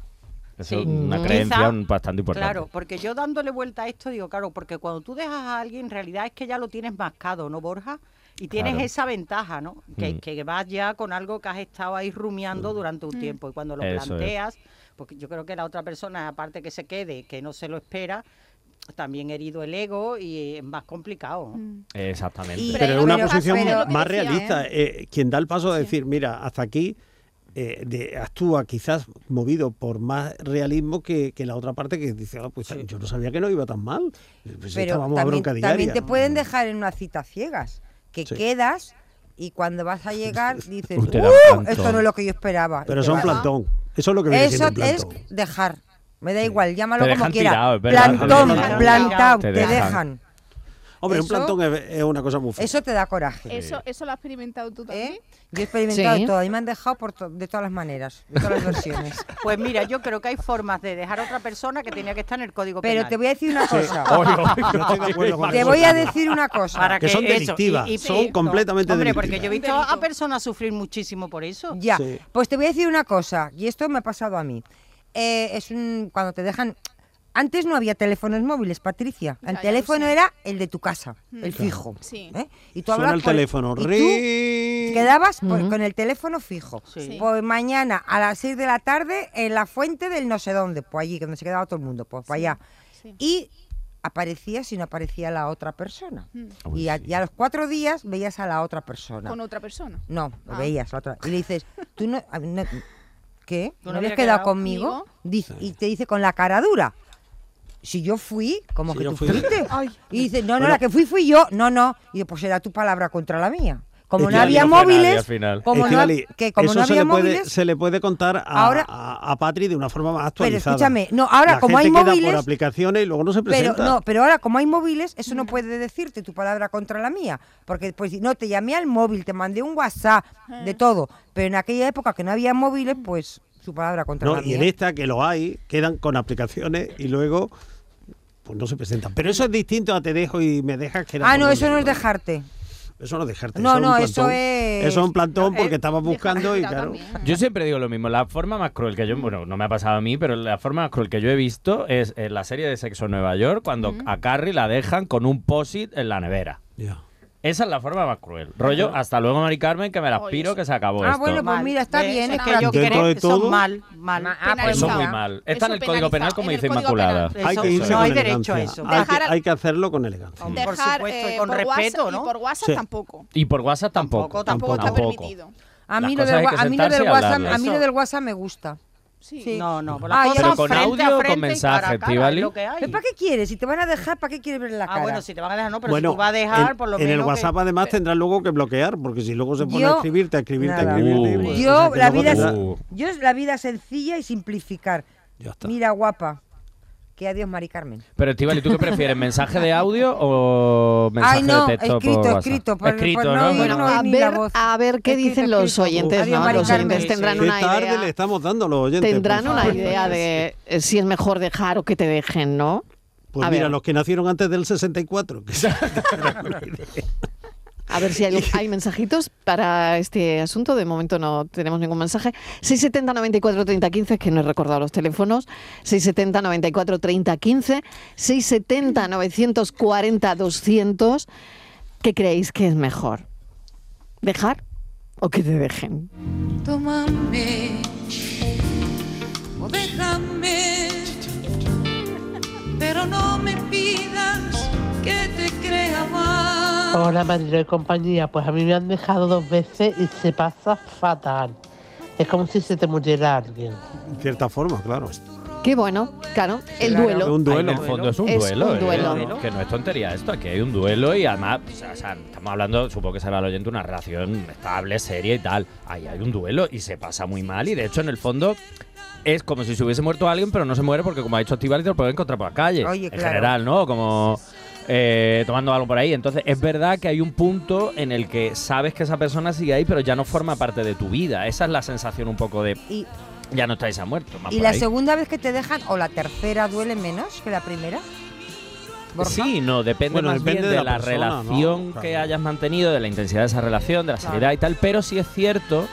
S5: Eso
S4: Sí.
S5: es una
S4: Mm.
S5: creencia
S4: Quizá-
S5: un- bastante importante.
S4: Claro, porque yo dándole vuelta a esto digo, claro, porque cuando tú dejas a alguien, en realidad es que ya lo tienes mascado, ¿no, Borja? Y tienes
S5: Claro.
S4: esa ventaja, ¿no? Que,
S5: Mm.
S4: que vas ya con algo que has estado ahí rumiando durante
S9: Mm.
S4: un tiempo. Y cuando lo
S5: Eso es.
S4: planteas, porque yo creo que la otra persona, aparte que se quede, que no se lo espera, también herido el ego y es más complicado. ¿no?
S9: Mm.
S5: Exactamente.
S9: Y-
S6: pero es una
S9: Pero-
S6: posición
S9: pero-
S8: lo que
S6: más
S8: decía,
S6: realista. eh, quien da el paso de decir, mira, hasta aquí eh, de- actúa quizás movido por más realismo que, que la otra parte que dice, ah, pues yo no sabía que no iba tan mal. Pues
S9: Pero
S6: estábamos a
S9: también,
S6: bronca
S9: también
S6: diaria. Mm.
S9: te pueden dejar en una cita ciegas, que
S6: Sí.
S9: quedas y cuando vas a llegar dices,
S5: Usted da
S9: "Uh,
S5: plantón".
S9: esto no es lo que yo esperaba. y
S6: Pero
S9: te
S6: son
S9: vas.
S6: plantón. Eso es lo que viene
S9: Eso
S6: siendo un
S9: es
S6: plantón.
S9: dejar. Me da igual, llámalo
S5: Te
S9: como
S5: dejan
S9: quiera.
S5: tirado, es verdad.
S9: plantón,
S4: Te dejan.
S9: plantado,
S5: Te
S9: te
S5: dejan.
S9: dejan.
S6: Hombre, un
S9: Eso-
S6: plantón es, es una cosa muy fea.
S9: Eso te da coraje.
S8: Eso, eso lo has experimentado
S9: ¿Eh?
S8: tú también.
S9: Yo he experimentado
S3: Sí.
S9: todo y me han dejado por to- de todas las maneras, de todas las versiones.
S4: Pues mira, yo creo que hay formas de dejar a otra persona que tenía que estar en el código penal.
S9: Pero te voy a decir una
S6: Sí.
S9: cosa.
S5: Oy, oy,
S6: Yo estoy de acuerdo con
S9: Te
S6: eso.
S9: voy a decir una cosa.
S4: Para
S6: Que son
S4: eso, y-
S6: delictivas,
S8: son
S4: punto.
S6: completamente
S4: Hombre, porque yo he
S6: delictivas.
S4: visto a personas sufrir muchísimo por eso.
S9: Ya,
S6: Sí.
S9: pues te voy a decir una cosa, y esto me ha pasado a mí. Eh, es un, cuando te dejan... Antes no había teléfonos móviles, Patricia.
S8: Ya,
S9: El
S8: ya lo
S9: teléfono
S8: sé. Mm.
S9: era el de tu casa, el
S6: Claro.
S9: fijo.
S8: Sí.
S9: ¿eh? Y tú
S6: Suena
S9: hablabas
S6: el
S9: por-
S6: teléfono.
S9: y tú
S6: ring.
S9: quedabas por-
S3: Ujú.
S9: con el teléfono fijo.
S4: Sí.
S9: Pues mañana a las 6 de la tarde en la fuente del no sé dónde, pues allí, que donde se quedaba todo el mundo, pues para allá.
S8: sí.
S9: Y aparecía si no aparecía la otra persona.
S8: Mm.
S6: Ah,
S9: Y a, y a los cuatro días veías a la otra persona.
S8: Con otra persona.
S9: No, lo
S8: Ah.
S9: veías la otra. Y le dices, ¿tú no, a- no- qué?
S4: ¿Tú
S9: ¿No,
S4: no
S9: habías
S4: habías
S9: quedado
S4: quedado
S9: conmigo?
S8: conmigo?
S9: Dice- y te dice con la cara dura. Si yo fui, como
S6: Si
S9: que
S6: yo
S9: tú
S6: fui.
S9: fuiste.
S8: Ay.
S9: Y dice, no, no,
S6: Bueno.
S9: la que fui fui yo. No, no. Y yo, pues era tu palabra contra la mía. Como
S6: Es
S9: no
S6: que
S9: había
S5: no fue nadie
S9: móviles,
S5: al final.
S9: como no,
S6: Estivali,
S9: que como
S6: eso
S9: no
S6: se,
S9: había
S6: le puede,
S9: móviles,
S6: se le puede contar a,
S9: Ahora-
S6: a, a Patri de una forma más
S9: Pero
S6: actualizada.
S9: escúchame, no, ahora
S6: La
S9: como hay
S6: gente queda
S9: móviles-
S6: por aplicaciones y luego no se presenta.
S9: pero no, pero ahora como hay móviles, eso no puede decirte tu palabra contra la mía, porque pues no te llamé al móvil, te mandé un WhatsApp, de todo. Pero en aquella época que no había móviles, pues su palabra contra
S6: No,
S9: la
S6: y
S9: mía.
S6: en esta que lo hay, quedan con aplicaciones y luego pues no se presentan. Pero eso es distinto a te dejo y me dejas que era
S9: Ah,
S6: por
S9: no,
S6: donde
S9: eso no es
S6: iba.
S9: dejarte.
S6: Eso no es dejarte.
S9: No,
S6: es
S9: no,
S6: un
S9: eso
S6: plantón.
S9: es-
S6: Eso es un plantón
S4: No,
S6: porque
S4: eh,
S6: estabas buscando y claro.
S5: Yo siempre digo lo mismo, la forma más cruel que yo, bueno, no me ha pasado a mí, pero la forma más cruel que yo he visto es en la serie de Sexo en Nueva York, cuando a Carrie la dejan con un posit en la nevera.
S6: Ya.
S5: Esa es la forma más cruel. Rollo, hasta luego, Mari Carmen, que me la
S8: Oye,
S5: aspiro,
S8: sí.
S5: que se acabó
S9: Ah,
S5: esto.
S9: bueno, pues mira, está
S4: ¿Ves?
S9: bien,
S4: Es
S9: es
S4: que yo
S9: práctico.
S6: Dentro
S4: creo
S6: de
S4: que
S6: todo-
S4: son mal, mal.
S9: Ma- ah, pues
S5: Eso es
S9: mira.
S5: muy mal. Está en el
S8: Eso
S5: Código
S8: penalizado,
S5: Penal, como
S8: en el
S5: dice
S8: Código
S5: Inmaculada.
S4: Penal.
S6: Hay
S4: Eso-
S6: que irse
S4: no
S6: con
S4: hay
S6: elegancia.
S4: derecho a eso.
S6: Hay,
S8: Dejar-
S6: que, hay que hacerlo con elegancia.
S4: Hombre. Por
S8: Dejar
S4: supuesto, y
S8: eh,
S4: con
S8: por
S4: respeto,
S8: WhatsApp,
S4: ¿no?
S8: Y por WhatsApp
S6: Sí.
S8: tampoco.
S5: Y por WhatsApp tampoco.
S4: Tampoco, tampoco
S8: está
S5: Tampoco.
S8: permitido.
S9: A mí,
S5: Las
S9: lo
S5: cosas
S9: del,
S5: hay
S9: gua-
S5: que
S9: a mí lo
S5: sentarse
S9: del
S5: y
S9: WhatsApp,
S5: hablarlas.
S9: a mí lo
S4: Eso.
S9: del WhatsApp me gusta.
S8: Sí.
S9: Sí.
S4: No, no, por
S9: Ah,
S4: las
S9: ya
S4: cosas
S9: lo
S5: Pero
S9: sé.
S5: con
S4: frente
S5: audio
S4: a
S5: o con
S4: frente y cara a
S5: mensaje,
S4: cara, es
S5: Estivali.
S4: lo que hay.
S9: ¿Pero para qué quieres? Si te van a dejar, ¿para qué quieres ver la cara?
S4: Ah, bueno, si te van a dejar, no, pero
S6: bueno,
S4: si tú vas a dejar,
S6: en,
S4: por lo
S6: en
S4: menos.
S6: el
S4: que-
S6: WhatsApp además tendrás luego que bloquear, porque si luego se pone a
S9: Yo-
S6: escribirte, a escribirte, a
S9: nada.
S6: escribirte.
S5: Uh,
S6: pues,
S9: yo,
S6: entonces
S9: la
S6: luego
S9: vida
S6: te
S9: es,
S5: da-
S6: da-
S5: Uh.
S9: yo es la vida sencilla y simplificar.
S6: Ya está.
S9: Mira, guapa. Que adiós, Mari Carmen.
S5: Pero, Estivali, ¿tú qué prefieres? ¿Mensaje de audio o mensaje
S9: Ay, no,
S5: de texto?
S9: escrito,
S5: por WhatsApp?
S9: escrito, por-
S5: escrito,
S9: por no
S5: ¿no?
S9: ir-
S5: Bueno,
S3: Bueno,
S9: no
S3: a
S9: ni la
S3: ver,
S9: voz.
S3: a ver qué
S9: Escrito,
S3: dicen los
S9: escrito.
S3: oyentes,
S9: Adiós,
S3: ¿no?
S9: Mari
S3: Los
S9: Carmen.
S3: oyentes tendrán
S6: Qué
S3: una
S6: tarde le
S3: idea.
S6: estamos dando a los oyentes.
S3: Tendrán
S6: por
S3: una
S6: favor.
S3: idea de eh, si es mejor dejar o que te dejen, ¿no?
S6: Pues
S3: A
S6: mira,
S3: ver.
S6: los que nacieron antes del 64. que se-
S3: A ver si hay, hay mensajitos para este asunto. De momento no tenemos ningún mensaje. 670 94 30 15, es que no he recordado los teléfonos. 670 94 30 15, 670 940 200. ¿Qué creéis que es mejor? ¿Dejar o que te dejen?
S10: Tómame o déjame, pero no me pidas que te crea más.
S11: Hola, Madrid y compañía. Pues a mí me han dejado dos veces y se pasa fatal. Es como si se te muriera alguien.
S6: En cierta forma, claro.
S3: Qué bueno, claro, el
S9: Claro.
S3: duelo.
S6: Un
S5: Ahí
S6: duelo.
S5: en el fondo es un
S3: Es
S5: duelo.
S3: un
S5: ¿eh?
S3: duelo.
S5: Que no es tontería esto, aquí hay un duelo y además, o sea, o sea, estamos hablando, supongo que será el oyente, una relación estable, seria y tal. Ahí hay un duelo y se pasa muy mal y de hecho en el fondo es como si se hubiese muerto alguien, pero no se muere porque como ha dicho Estivali te lo pueden encontrar por la calle.
S9: Oye,
S5: en
S9: claro.
S5: general, ¿no? Como eh, tomando algo por ahí. Entonces es verdad que hay un punto en el que sabes que esa persona sigue ahí, pero ya no forma parte de tu vida. Esa es la sensación un poco de...
S9: Y,
S5: Ya no estáis a muerto. más
S9: y
S5: por
S9: la
S5: ahí.
S9: segunda vez que te dejan, o la tercera, duele menos que la primera. Borja.
S5: Sí, no, depende
S6: Bueno,
S5: más
S6: depende
S5: bien
S6: de
S5: de,
S6: la
S5: la,
S6: persona, ¿no?
S5: relación
S6: Claro.
S5: que hayas mantenido, de la intensidad de esa relación, de la seriedad y tal, pero sí es cierto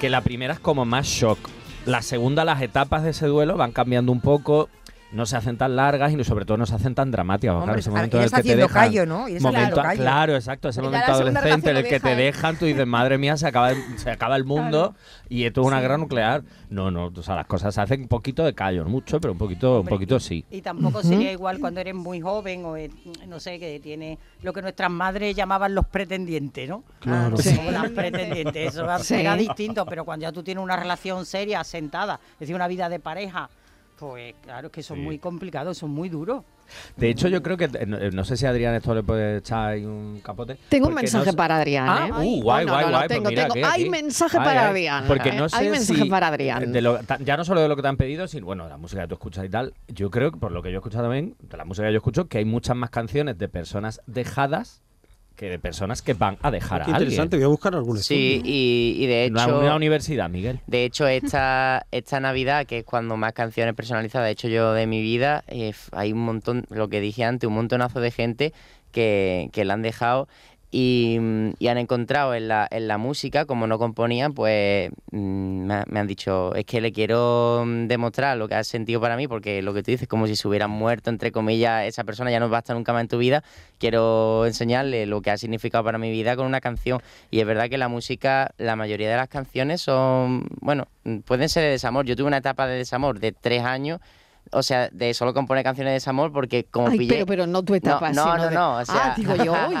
S5: que la primera es como más shock. La segunda, las etapas de ese duelo van cambiando un poco, no se hacen tan largas y sobre todo no se hacen tan dramáticas.
S9: Hombre,
S5: claro, ese
S9: ah,
S5: momento en
S9: eres
S5: el que te
S9: haciendo
S5: dejan,
S9: callo, ¿no? Eres haciendo
S5: momento-
S9: callo.
S5: Claro, exacto, ese
S8: Ya la
S5: momento
S8: segunda
S5: adolescente en el
S8: relación
S5: que te
S8: lo deja, ¿eh?
S5: dejan, tú dices, madre mía, se acaba, el- se acaba el mundo y esto es una guerra nuclear. No, no, o sea, las cosas se hacen un poquito de callo, no mucho, pero un poquito, un
S4: Hombre,
S5: poquito sí.
S4: Y tampoco sería igual cuando eres muy joven o, eh, no sé, que tiene lo que nuestras madres llamaban los pretendientes, ¿no?
S6: Claro.
S4: Sí.
S3: Sí.
S4: Como las pretendientes, eso
S3: Sí.
S4: era distinto, pero cuando ya tú tienes una relación seria, asentada, es decir, una vida de pareja, pues claro, es que eso es muy complicado, eso es muy duro.
S5: De hecho, yo creo que, eh, no, eh, no sé si a Adrián esto le puede echar ahí un capote.
S3: Tengo un
S5: porque no
S3: mensaje
S5: sé-
S3: para Adrián.
S5: Ah,
S3: ¿eh?
S5: uh, guay,
S3: No, no,
S5: guay,
S3: no,
S5: guay. pues
S3: tengo,
S5: mira,
S3: tengo.
S5: aquí,
S3: Hay
S5: aquí.
S3: mensaje
S5: Ay,
S3: para
S5: ay,
S3: Adrián.
S5: Porque
S3: ¿eh?
S5: no sé
S3: Hay mensaje
S5: si-
S3: para Adrián.
S5: de lo- ta- ya no solo de lo que te han pedido, sino, bueno, la música que tú escuchas y tal. Yo creo, que por lo que yo he escuchado también, de la música que yo escucho, que hay muchas más canciones de personas dejadas que de personas que van a dejar
S6: Qué
S5: a alguien.
S6: interesante, voy a buscar algún
S7: Sí,
S6: estudio.
S7: y, y de
S5: Una-
S7: hecho...
S5: una universidad, Miguel.
S7: De hecho, esta, esta Navidad, que es cuando más canciones personalizadas he hecho yo de mi vida, eh, f- hay un montón, lo que dije antes, un montonazo de gente que, que la han dejado y, mm, y han encontrado en la, en la música, como no componían, pues mm, me, ha- me han dicho, es que le quiero mm, demostrar lo que has sentido para mí, porque lo que tú dices, como si se hubieran muerto, entre comillas, esa persona ya no va a estar nunca más en tu vida, quiero enseñarle lo que ha significado para mi vida con una canción. Y es verdad que la música, la mayoría de las canciones son, bueno, mm, pueden ser de desamor. Yo tuve una etapa de desamor de tres años. O sea, de solo componer canciones de desamor porque como
S3: Ay,
S7: pillé...
S3: pero, pero no tu etapa.
S7: No, no,
S3: sino
S7: no,
S3: de-
S7: no, o sea...
S3: Ah, digo yo, uy,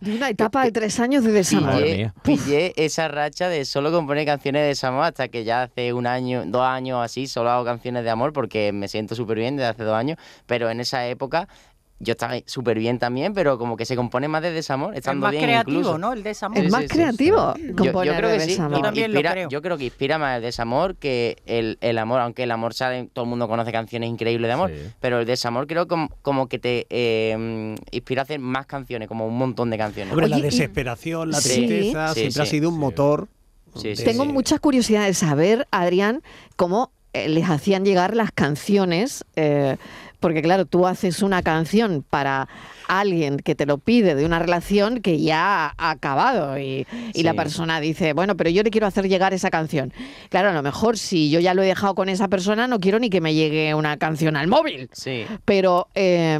S3: de una etapa de tres años de desamor.
S7: pillé, pillé esa racha de solo componer canciones de desamor hasta que ya hace un año, dos años o así, solo hago canciones de amor porque me siento súper bien desde hace dos años. Pero en esa época yo estaba súper bien también, pero como que se compone más de desamor,
S4: Es
S7: estando
S4: más
S7: bien
S4: creativo,
S7: incluso.
S4: ¿no? El desamor.
S3: Es más creativo
S7: Yo- Yo,
S3: componer
S7: creo
S3: de
S7: que sí.
S3: desamor.
S7: Yo, inspira- yo creo que inspira más el desamor que el, el amor, aunque el amor sale, todo el mundo conoce canciones increíbles de amor, pero el desamor creo com- como, que te eh, inspira a hacer más canciones, como un montón de canciones.
S6: Hombre, la desesperación, la
S7: Sí,
S6: tristeza,
S7: sí,
S6: siempre ha
S7: sí.
S6: sido un motor.
S7: Sí, sí,
S3: Tengo
S7: sí.
S3: muchas curiosidades de saber, Adrián, cómo eh, les hacían llegar las canciones, eh, porque claro, tú haces una canción para alguien que te lo pide de una relación que ya ha acabado y, y la
S12: Sí.
S3: persona dice, bueno, pero yo le quiero hacer llegar esa canción. Claro, a lo mejor si yo ya lo he dejado con esa persona, no quiero ni que me llegue una canción al móvil.
S7: Sí.
S3: Pero... eh,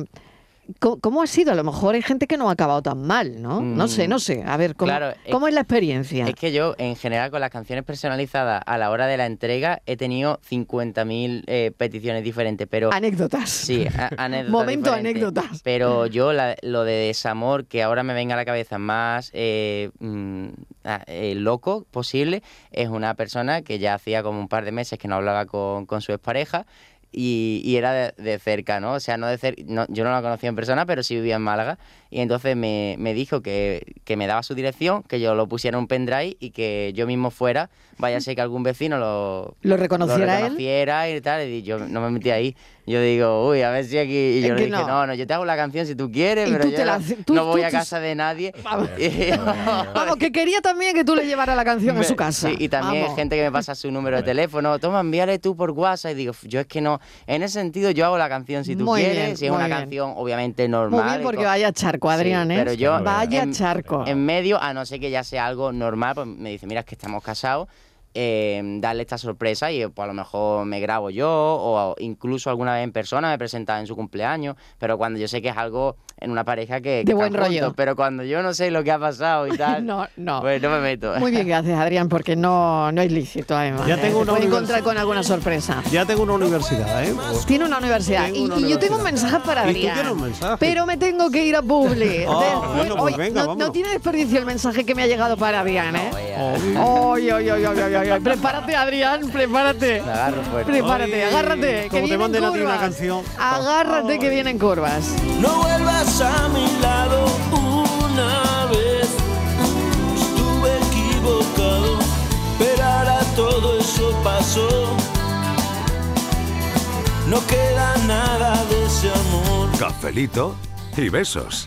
S3: ¿cómo- ¿Cómo ha sido? A lo mejor hay gente que no ha acabado tan mal, ¿no? No sé,
S7: Mm.
S3: no sé. A ver, ¿cómo,
S7: Claro, eh, es-
S3: cómo es la experiencia?
S7: Es que yo, en general, con las canciones personalizadas a la hora de la entrega, he tenido 50.000 eh, peticiones diferentes, pero...
S3: Anécdotas.
S7: Sí, a- anécdotas
S3: Momento
S7: diferentes.
S3: anécdotas.
S7: Pero yo, la- lo de desamor, que ahora me venga a la cabeza más eh, mm, ah, eh, loco posible, es una persona que ya hacía como un par de meses que no hablaba con, con su expareja, y, y era de, de cerca, ¿no? O sea, no de cer- no- yo no la conocía en persona, pero sí vivía en Málaga. Y entonces me, me dijo que, que me daba su dirección, que yo lo pusiera en un pendrive y que yo mismo fuera, vaya a ser que algún vecino lo,
S3: ¿Lo reconociera él?
S7: reconociera y tal. Y yo no me metí ahí. Yo digo, uy, a ver si aquí. Y yo
S3: Es
S7: le
S3: que
S7: dije,
S3: no.
S7: no. no, yo te hago la canción si tú quieres,
S3: Y
S7: pero
S3: tú
S7: yo
S3: te la
S7: no,
S3: haces- tú-
S7: no voy
S3: tú-
S7: a
S3: tú-
S7: casa de nadie.
S3: Vamos, que quería también que tú le llevaras la canción a
S7: Ve-
S3: su casa.
S7: sí, y también
S3: Vamos.
S7: gente que me pasa su número de teléfono. Toma, envíale tú por WhatsApp. Y digo, yo es que no. En ese sentido, yo hago la canción si tú
S3: Muy
S7: quieres.
S3: bien,
S7: si es
S3: muy
S7: una
S3: bien.
S7: canción, obviamente, normal.
S3: Muy bien,
S7: y
S3: porque
S7: todo.
S3: vaya charco, Adrián,
S7: Sí,
S3: ¿eh?
S7: Pero yo.
S3: vaya
S7: en-
S3: charco.
S7: En medio, a no ser que ya sea algo normal, pues me dice, mira, es que estamos casados. eh, darle esta sorpresa y pues, a lo mejor me grabo yo o incluso alguna vez en persona me he presentado en su cumpleaños pero cuando yo sé que es algo en una pareja que, que
S3: De
S7: están
S3: buen rollo.
S7: juntos, pero cuando yo no sé lo que ha pasado y tal
S3: No, no.
S7: pues no me meto
S3: Muy bien, gracias, Adrián, porque no, no es lícito, además.
S6: Ya
S3: ¿eh?
S6: tengo
S3: Te
S6: una
S3: puede
S6: univers-
S3: encontrar con alguna sorpresa.
S6: Ya tengo una universidad, ¿eh?
S3: Tiene una universidad.
S6: Tengo
S3: y,
S6: una
S3: y yo tengo un
S6: universidad.
S3: mensaje para
S6: Y tú
S3: Adrián.
S6: tienes un mensaje.
S3: Pero me tengo que ir a Publi.
S6: Ah,
S3: Después-
S6: bueno, pues
S3: Oye,
S6: venga,
S3: no, no
S6: vámonos.
S3: tiene desperdicio el mensaje que me ha llegado para Adrián, ¿eh? Ay, ay, ay, ay, ay, ay, ay. Prepárate, Adrián, prepárate.
S7: agarro fuerte.
S3: Prepárate,
S6: Ay,
S3: agárrate. Que
S6: como te
S3: vienen
S6: manden a ti una
S3: curvas.
S6: canción.
S3: Agárrate que vienen curvas.
S13: No vuelvas a mi lado una vez. Estuve equivocado, pero ahora todo eso pasó. No queda nada de ese amor.
S1: Cafelito y besos.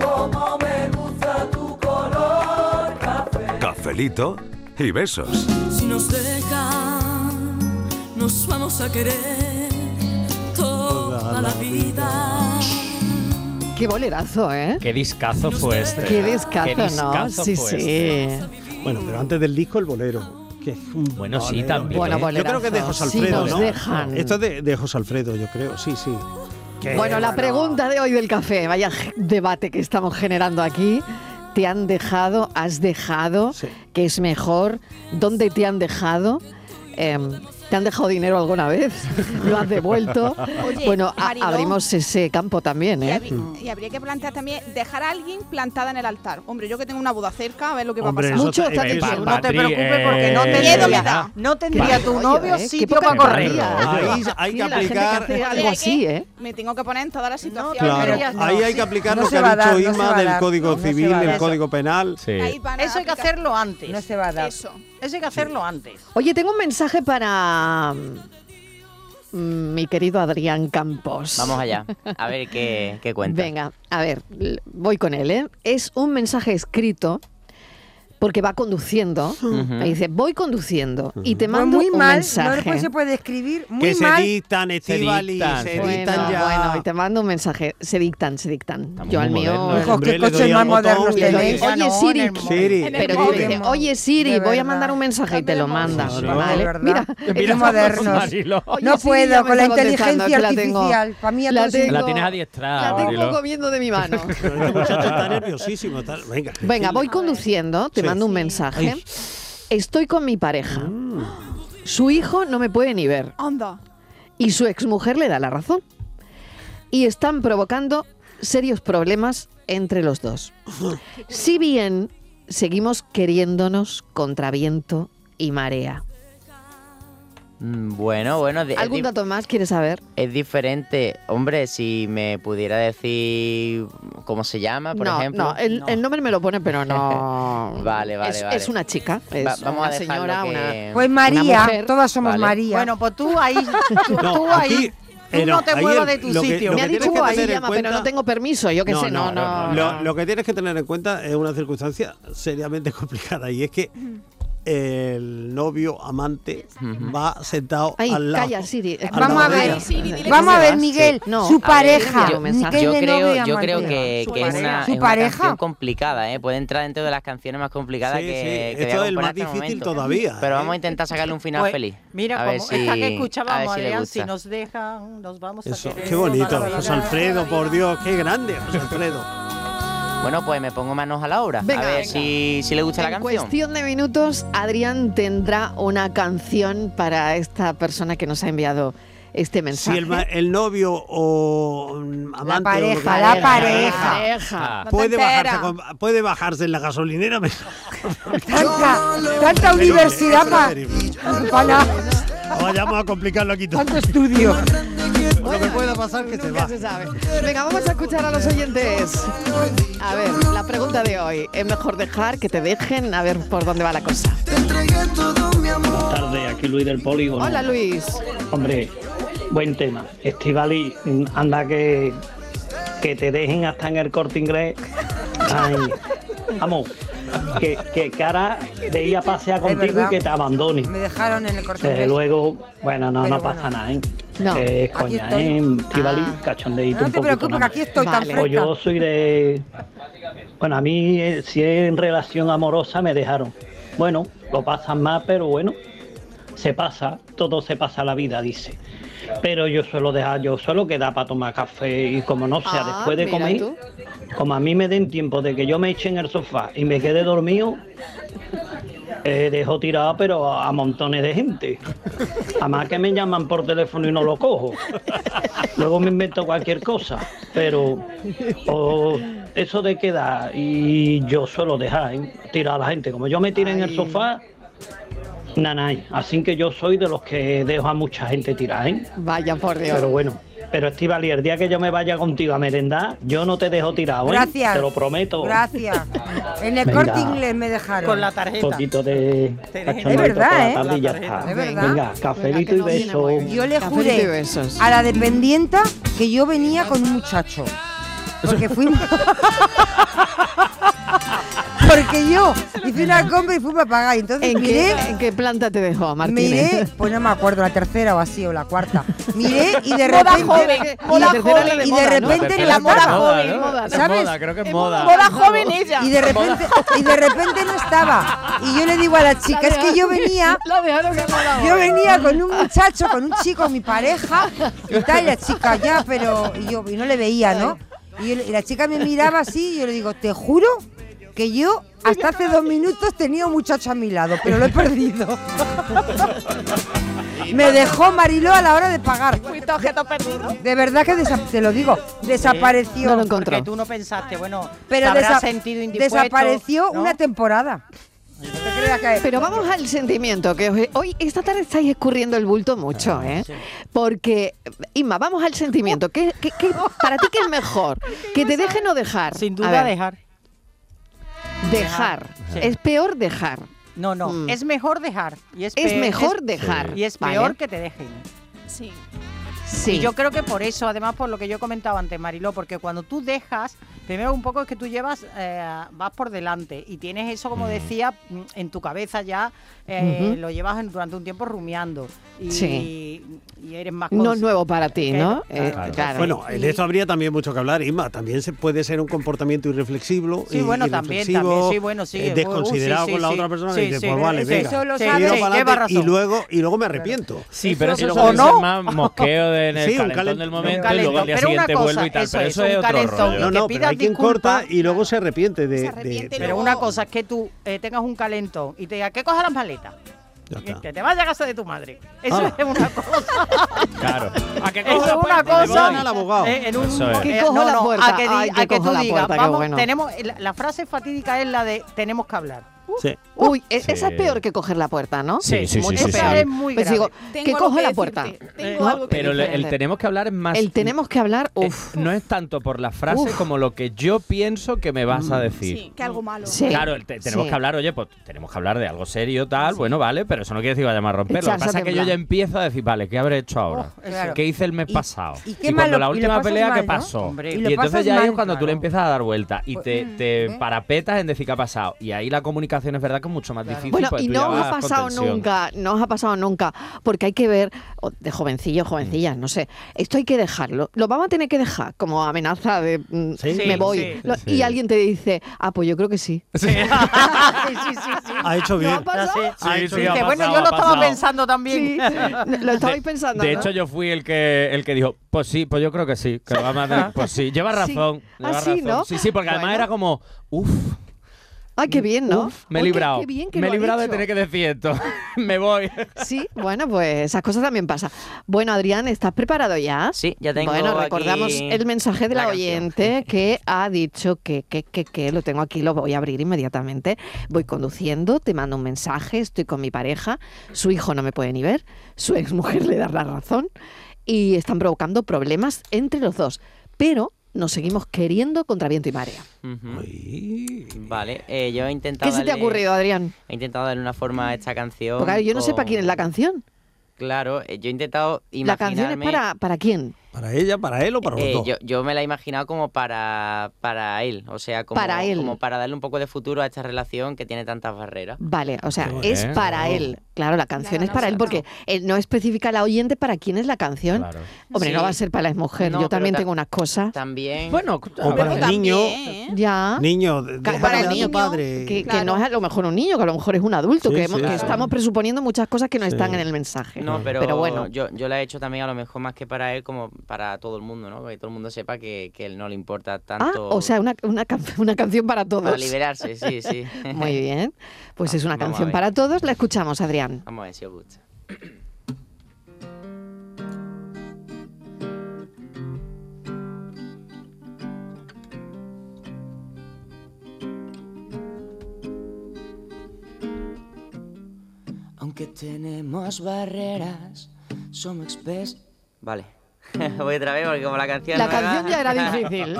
S10: Como me gusta tu color café.
S1: Cafelito y besos.
S10: Si nos dejan, nos vamos a querer toda la vida.
S3: Qué bolerazo, ¿eh?
S5: Qué discazo fue este.
S3: Qué descazo,
S5: Qué
S3: ¿no?
S5: discazo
S3: Sí,
S5: fue
S3: sí.
S5: este.
S6: Bueno, pero antes del disco, el bolero. Que es un
S5: Bueno, sí,
S6: bolero. ¿eh?
S5: también. Bueno,
S6: yo creo que es de
S3: bolerazo.
S6: José
S3: Sí,
S6: Alfredo,
S3: nos
S6: ¿no?
S3: dejan.
S6: Esto es de, de José Alfredo, yo creo. Sí, sí. Qué
S3: bueno, la
S6: Eh, bueno.
S3: pregunta de hoy del café, vaya g- debate que estamos generando aquí. ¿Te han dejado? ¿Has dejado? ¿Qué es mejor? ¿Dónde te han dejado? Em, ¿Te han dejado dinero alguna vez? ¿Lo has devuelto?
S8: Oye,
S3: bueno, a-
S8: Mariló.
S3: abrimos ese campo también, ¿eh?
S8: Y habría que plantear también dejar a alguien plantada en el altar. Hombre, yo que tengo una boda cerca, a ver lo que
S3: Hombre,
S8: va a pasar.
S3: eso Mucho está- está eh, diciendo,
S4: no te preocupes porque
S9: Eh,
S4: no
S8: te
S4: tendría-
S8: miedo
S4: no tendría tu novio sitio para correr.
S6: Ahí hay que aplicar.
S8: Oye, hay que- Me tengo que poner en todas las situaciones.
S6: Claro,
S8: ya está.
S6: ahí hay que aplicar
S9: ¿eh? No
S6: lo que
S9: se va
S6: ha
S9: a dar,
S6: dicho
S9: no se va
S6: Isma
S9: a
S6: del
S9: dar,
S6: Código
S9: no se
S6: Civil,
S9: va a
S6: del
S9: dar.
S6: Código Penal.
S5: Sí.
S4: Eso hay que hacerlo antes.
S9: No se va a dar.
S4: Eso. Eso hay que hacerlo antes.
S3: Oye, tengo un mensaje para mm, mi querido Adrián Campos.
S7: Vamos allá, a ver qué, qué cuenta.
S3: Venga, a ver, l- voy con él, ¿eh? Es un mensaje escrito porque va conduciendo.
S7: Ujú.
S3: Me dice, voy conduciendo y te
S9: Pues
S3: mando
S9: muy
S3: un
S9: mal, no
S3: mensaje.
S9: después se puede escribir muy
S6: Que se
S9: mal.
S6: dictan, Estivali,
S5: dictan,
S6: se
S5: se
S6: dictan
S3: bueno,
S6: ya.
S3: bueno, y te mando un mensaje. Se dictan, se dictan. Yo
S5: muy
S3: al mío.
S5: modernos. Hijos, qué
S6: Hombre, le
S5: coches
S6: doy al
S5: más
S6: botón
S5: modernos
S6: y
S9: este,
S6: le doy-
S9: ¿eh?
S5: tenéis.
S3: Oye,
S6: Oye,
S3: Siri.
S6: Siri.
S3: Pero tú dices, oye Siri, voy a mandar un mensaje y te lo manda.
S6: Claro.
S3: Vale.
S6: De
S3: Mira,
S9: Mira modernos.
S3: Oye,
S9: no
S3: Siri, ya
S9: puedo,
S3: me
S9: con la
S3: está contestando,
S9: inteligencia
S3: que la tengo.
S9: artificial. Para mí a
S3: La
S9: todos
S3: tengo-
S5: La tienes adiestrada.
S3: La tengo
S5: Mariló.
S3: comiendo de mi mano.
S6: Este muchacho está nerviosísimo. está- Venga.
S3: Venga, voy conduciendo, te
S6: Sí.
S3: mando un
S6: Sí.
S3: mensaje.
S6: Ay.
S3: Estoy con mi pareja. Su hijo no me puede ni ver.
S8: Anda.
S3: Y su exmujer le da la razón. Y están provocando serios problemas entre los dos. Si bien seguimos queriéndonos contra viento y marea.
S7: Mm, Bueno, bueno, de- es,
S3: ¿Algún
S7: di-
S3: dato más quieres saber?
S7: es diferente. Hombre, si me pudiera decir cómo se llama, por
S3: no,
S7: ejemplo.
S3: no, el, el nombre me lo pone, pero no.
S7: Vale, vale,
S3: es,
S7: vale.
S3: es una chica, es
S7: Va- vamos
S3: una
S7: a dejarlo
S3: señora,
S7: que-
S3: una.
S9: Pues
S3: una
S9: María,
S3: mujer.
S9: todas somos
S7: Vale.
S9: María.
S4: Bueno, pues tú ahí, tú,
S6: No,
S4: tú
S6: aquí-
S4: ahí, tú
S6: eh,
S4: no, te
S6: ahí
S4: muevas
S6: el-
S4: de tu
S6: lo que-
S4: sitio.
S6: lo
S3: Me ha
S6: que tienes
S3: dicho
S6: que
S3: ahí
S6: tener en
S3: llama, pero
S6: cuenta-
S3: no tengo permiso, yo qué sé, no, no.
S6: lo,
S3: no.
S6: lo que tienes que tener en cuenta es una circunstancia seriamente complicada y es que el novio amante va sentado
S3: Ay,
S6: al lado.
S3: calla, Siri.
S6: al
S9: Vamos
S6: lado
S9: a
S6: de
S9: ver,
S6: ella.
S9: vamos a ver,
S3: Sí.
S9: Miguel,
S3: No,
S9: su
S3: a ver,
S9: pareja.
S3: yo- mensaje.
S7: Yo
S9: Miguel de novio y
S7: creo, yo
S9: amante.
S7: creo que,
S9: Su
S7: que es
S9: pareja.
S7: una,
S9: Su
S7: es una
S9: pareja.
S7: canción complicada, ¿eh? Puede entrar dentro de las canciones más complicadas
S6: Sí,
S7: que,
S6: sí,
S7: que
S6: esto
S7: voy a
S6: es el más
S7: componer hasta el
S6: difícil
S7: momento.
S6: todavía,
S7: Pero
S6: ¿eh?
S7: vamos a intentar sacarle un final
S4: Pues,
S7: feliz.
S4: Mira,
S7: a ver
S4: como
S7: si,
S4: esta que
S7: a
S4: escuchábamos,
S7: ver si le
S4: Adrián, Pues si
S7: gusta.
S4: nos dejan, nos vamos
S6: Eso,
S4: a querer.
S6: qué
S4: toda
S6: bonito.
S4: la
S6: José
S4: vida.
S6: Alfredo, por Dios, qué grande, José Alfredo.
S7: Bueno, pues me pongo manos a la obra.
S3: Venga,
S7: a ver
S3: venga.
S7: Si, si le gusta la
S3: En
S7: canción.
S3: cuestión de minutos, Adrián tendrá una canción para esta persona que nos ha enviado este
S6: Si
S3: mensaje.
S6: el, ma- el novio o mm, amante. o lo que
S3: pareja,
S6: sea,
S3: la pareja. Pareja. No te
S6: Puede bajarse,
S3: enteras.
S6: con- puede bajarse en la gasolinera. me-
S9: Tanta, tanta
S6: Terrible,
S9: universidad
S6: es
S9: para.
S6: terrible.
S9: para
S6: Vayamos a complicarlo aquí todo.
S9: Tanto estudio.
S6: Lo que pueda pasar que se
S3: Nunca
S6: va.
S3: se sabe. Venga, vamos a escuchar a los oyentes. A ver, la pregunta de hoy. ¿Es mejor dejar que te dejen? A ver por dónde va la cosa.
S14: Buenas tardes, aquí Luis del Polígono.
S3: Hola, Luis.
S14: Hombre, buen tema. Estivali, anda que, que te dejen hasta en el corte inglés. Ay, vamos, que, que cara de ir a pasear contigo y
S9: verdad.
S14: que te abandone.
S9: Me dejaron en el corte
S14: Desde
S9: inglés.
S14: luego, bueno, no,
S9: Pero
S14: no pasa nada, ¿eh?
S9: No,
S14: Que es
S9: aquí
S14: coña,
S9: estoy. Ah.
S14: ¿eh? Estivali, cachondeíto
S9: No
S14: un
S9: te
S14: poquito
S9: preocupes,
S14: nada
S9: que
S14: más.
S9: aquí estoy tan
S14: Pues
S9: fresca.
S14: yo soy de. Bueno, a mí, eh, si es en relación amorosa, me dejaron. Bueno, lo pasan más, pero bueno, se pasa, todo se pasa la vida, dice. Pero yo suelo dejar, yo suelo quedar para tomar café y como no sea,
S3: Ah,
S14: después de
S3: mira
S14: comer,
S3: tú.
S14: como a mí me den tiempo de que yo me eche en el sofá y me quede dormido, eh, dejo tirado, pero a, a montones de gente. Además que me llaman por teléfono y no lo cojo. Luego me invento cualquier cosa, pero o eso de quedar y yo suelo dejar ¿eh? tirar a la gente. Como yo me tiro en el sofá, nanay. Así que yo soy de los que dejo a mucha gente tirar. ¿eh?
S3: Vaya por Dios.
S14: Pero bueno. Pero Estivali, el día que yo me vaya contigo a merendar, yo no te dejo tirado, ¿eh?
S9: Gracias.
S14: Te lo prometo.
S9: Gracias. En el
S14: Venga.
S9: corte inglés me dejaron.
S14: Con la
S9: tarjeta.
S14: Un poquito de
S9: dejan.
S14: cachondeito
S9: Es verdad,
S14: por la
S9: ¿eh?
S14: tarde y ya
S9: La
S14: está.
S9: tarjeta. Es verdad.
S14: Venga, cafelito y beso.
S9: Yo le
S3: Cafelito y
S9: juré
S3: besos.
S9: a la dependienta que yo venía con un muchacho. Porque fuimos. porque yo hice una compra y fui a pagar. Entonces
S3: ¿En qué,
S9: miré,
S3: en qué planta te dejó, Martínez?
S9: miré, pues no me acuerdo, la tercera o así, o la cuarta. Miré y de
S3: Moda
S9: repente.
S3: joven,
S9: y
S3: moda
S9: la tercera
S3: joven.
S9: la de
S3: Y de
S9: moda, ¿no?
S3: repente
S9: no
S3: la moda
S9: estaba.
S3: joven, ¿no? moda,
S9: ¿sabes?
S3: moda,
S7: creo que es
S3: moda.
S7: moda.
S3: joven ella.
S9: Y de repente, y de repente no estaba. Y yo le digo a la chica,
S3: La
S9: es que
S3: dejaron-
S9: yo venía.
S3: la dejaron que moda
S9: Yo
S3: ahora.
S9: venía con un muchacho, con un chico, mi pareja, y tal, y la chica ya, pero y yo y no le veía, ¿no? Y, yo le- y la chica me miraba así, y yo le digo, te juro que yo hasta hace dos minutos tenía un muchacho a mi lado, pero lo he perdido. Me dejó Mariló a la hora de pagar.
S8: Fuiste objeto perdido.
S9: De verdad que desa- te lo digo, desapareció.
S4: Porque tú no pensaste, bueno,
S9: Pero
S4: pero habrás
S9: desa-
S4: sentido indispuesto.
S9: desapareció
S4: ¿no?
S9: una temporada.
S3: Pero vamos al sentimiento, que hoy- hoy, esta tarde estáis escurriendo el bulto mucho, ¿eh? Porque, Inma, vamos al sentimiento. ¿Qué, qué- qué- para ti qué es mejor? ¿Que te dejen o dejar? Sin
S4: duda dejar.
S3: Dejar.
S4: Sí.
S3: Es peor dejar.
S4: No, no,
S3: Mm.
S4: es mejor dejar. Y es,
S3: Es
S4: peor-
S3: mejor dejar,
S4: Y es
S3: ¿vale?
S4: peor que te dejen.
S8: Sí.
S3: Sí.
S4: Y yo creo que por eso, además por lo que yo he comentado antes, Mariló, porque cuando tú dejas, primero un poco es que tú llevas, eh, vas por delante y tienes eso, como decía, mm, en tu cabeza ya, eh,
S3: Ujú.
S4: lo llevas en- durante un tiempo rumiando. Y,
S3: Sí.
S4: y eres más
S3: No
S4: cons-
S3: es nuevo para ti, ¿no?
S4: Claro,
S3: Eh, claro.
S6: Bueno, en esto habría también mucho que hablar, Inma. También se puede ser un comportamiento irreflexible.
S4: Sí,
S6: y-
S4: bueno, también,
S6: irreflexivo,
S4: también, sí, bueno, sí.
S6: eh,
S4: Uh, uh,
S6: desconsiderado
S4: sí,
S6: con la
S4: sí,
S6: otra persona
S4: sí,
S6: y dices,
S4: sí,
S6: pues vale,
S4: sí,
S6: venga.
S4: eso lo
S6: tiro
S4: sabe,
S6: para adelante
S4: lleva razón.
S6: Y luego, y luego me arrepiento.
S5: Sí, pero eso
S6: ¿O
S5: suele ser
S6: no?
S5: más mosqueo de, en el
S6: Sí, un
S5: calentón,
S6: calent-
S5: del
S6: un
S5: momento y luego
S6: calentón.
S5: al día
S6: Pero una
S5: siguiente
S6: cosa,
S5: vuelvo y tal.
S6: eso
S5: pero
S6: es,
S5: eso
S6: un
S5: es otro
S6: calentón,
S5: rollo.
S6: No, no, pero hay quien corta y luego se arrepiente de... de-
S4: Pero una cosa es que tú eh, tengas un calentón y te diga, ¿qué coja las maletas? Y Que te vayas a casa de tu madre. Eso
S5: Ah.
S4: es una cosa.
S5: Claro. ¿A qué
S4: Eso es
S5: cojo
S4: una
S5: la puerta?
S4: cosa.
S5: Voy.
S4: eh, en un-
S5: Eso es.
S3: Que cojo la puerta.
S4: A que, di-
S3: Ay, que
S4: a que
S3: cojo
S4: tú
S3: la
S4: digas,
S3: puerta, qué
S4: vamos,
S3: bueno.
S4: tenemos, eh, la, la frase fatídica es la de tenemos que hablar.
S6: Sí.
S3: Uy, e- esa
S5: Sí.
S3: es peor que coger la puerta, ¿no?
S5: Sí, sí, sí,
S3: Mucho
S5: sí, sí.
S3: peor.
S5: Es
S4: muy
S3: pues
S4: grave.
S3: digo,
S4: Tengo
S3: que
S4: algo
S3: coja
S4: que
S3: la puerta.
S4: tengo
S3: No,
S4: algo
S5: Eh, Pero le- el
S3: diferente.
S5: tenemos que hablar es más.
S3: El tenemos que hablar,
S5: eh,
S3: uff.
S5: no es tanto por la frase
S3: Uf.
S5: como lo que yo pienso que me
S15: Mm.
S5: vas a decir.
S8: Sí, que algo malo.
S5: Claro, el te- tenemos que hablar, oye, pues tenemos que hablar de algo serio, tal, bueno, vale, pero eso no quiere decir que vayamos a romper. Lo que
S3: Echarse a
S5: pasa es que yo
S3: temblar.
S5: ya empiezo a decir, vale, ¿qué habré hecho ahora?
S3: Oh, claro.
S5: ¿Qué hice el mes pasado?
S3: y
S5: Y,
S3: qué
S5: cuando
S3: malo-
S5: la
S3: y lo
S5: última
S3: pasas
S5: pelea,
S3: mal,
S5: ¿qué
S3: ¿no?
S5: pasó?
S3: Hombre. Y
S5: Y,
S3: lo
S5: entonces
S3: pasas
S5: ya ahí es
S3: mal,
S5: cuando tú
S3: claro.
S5: le empiezas a dar vuelta y
S3: Pues,
S5: te,
S3: mm,
S5: te
S3: ¿eh?
S5: parapetas en decir qué ha pasado. Y ahí la comunicación es verdad que es mucho más difícil.
S3: Bueno,
S5: porque
S3: y
S5: tú
S3: no
S5: ya
S3: os ha
S5: vas con
S3: pasado
S5: tensión.
S3: nunca, no os ha pasado nunca, porque hay que ver, o de jovencillos,
S5: Mm.
S3: jovencillas, no sé, esto hay que dejarlo, lo vamos a tener que dejar, como amenaza de mm,
S6: Sí.
S3: me
S6: Sí,
S3: voy,
S6: sí.
S3: Lo-
S6: Sí.
S3: y alguien te dice, ah, pues yo creo que sí.
S6: Ha hecho bien.
S5: Sí, sí, ha pasado,
S4: bueno, yo lo
S5: ha
S4: estaba
S5: pasado.
S4: pensando también.
S3: Lo estabais pensando.
S5: De
S3: ¿no?
S5: hecho, yo fui el que el que dijo, pues sí, pues yo creo que sí, que lo vamos a tener. Pues sí, lleva
S3: Sí.
S5: razón.
S3: Ah,
S5: lleva
S3: sí,
S5: razón.
S3: ¿no?
S5: Sí, sí, porque además
S3: Bueno.
S5: era como, uff,
S3: Ah, qué bien, ¿no?
S5: Mm. me he
S3: Oye,
S5: librado.
S3: qué bien que
S5: me he
S3: lo ha
S5: librado de
S3: dicho.
S5: tener que decir esto. me voy.
S3: Sí, bueno, pues esas cosas también pasan. Bueno, Adrián, ¿estás preparado ya?
S7: Sí, ya tengo
S3: Bueno,
S7: aquí
S3: recordamos el mensaje de la,
S7: la canción.
S3: oyente que ha dicho que, que, que, que lo tengo aquí, lo voy a abrir inmediatamente. Voy conduciendo, te mando un mensaje, estoy con mi pareja, su hijo no me puede ni ver, su exmujer le da la razón y están provocando problemas entre los dos. Pero nos seguimos queriendo contra viento y marea.
S7: Ujú. Vale, eh, yo he intentado.
S3: ¿Qué se te ha
S7: darle-
S3: ocurrido, Adrián?
S7: He intentado darle una forma a esta canción.
S3: Porque yo no sé para
S7: con-
S3: quién es la canción.
S7: Claro, eh, yo he intentado
S3: La canción es
S7: imaginarme-
S3: para, para quién.
S6: ¿Para ella, para él o para los
S7: Eh,
S6: dos?
S7: yo, yo me la he imaginado como para, para él, o sea, como
S3: Para él.
S7: como para darle un poco de futuro a esta relación que tiene tantas barreras.
S3: Vale, o sea,
S7: Qué
S3: es
S7: bueno.
S3: para él. Claro, la canción es para él porque él no especifica la oyente para quién es la canción. Hombre,
S7: Sí.
S3: no va a ser para la mujer.
S7: No,
S3: yo
S7: pero
S3: también
S7: ta-
S3: tengo unas cosas.
S7: También.
S5: Bueno,
S6: O para el niño.
S3: Ya.
S6: Niño, de-
S3: Ca-
S6: déjale
S3: para el
S6: a tu
S3: niño,
S6: padre.
S3: Que, que no es a lo mejor un niño, que a lo mejor es un adulto,
S6: Sí,
S3: que,
S6: sí,
S3: hemos- que
S6: claro.
S3: estamos presuponiendo muchas cosas que no están en el mensaje.
S7: No, pero,
S3: bueno,
S7: yo, yo la he hecho también a lo mejor más que para él, como para todo el mundo, ¿no? Que todo el mundo sepa que, que él no le importa
S3: Ah,
S7: tanto.
S3: o sea, una, una can- una canción para todos.
S7: Para liberarse, sí, sí.
S3: Muy bien. Pues es una
S7: Vamos a
S3: canción
S7: ver.
S3: para todos. La escuchamos, Adrián.
S7: Vamos a ver si os gusta.
S16: Aunque tenemos barreras, somos expertos.
S7: Vale. voy otra vez porque como la canción
S3: La
S7: nueva-
S3: canción ya era difícil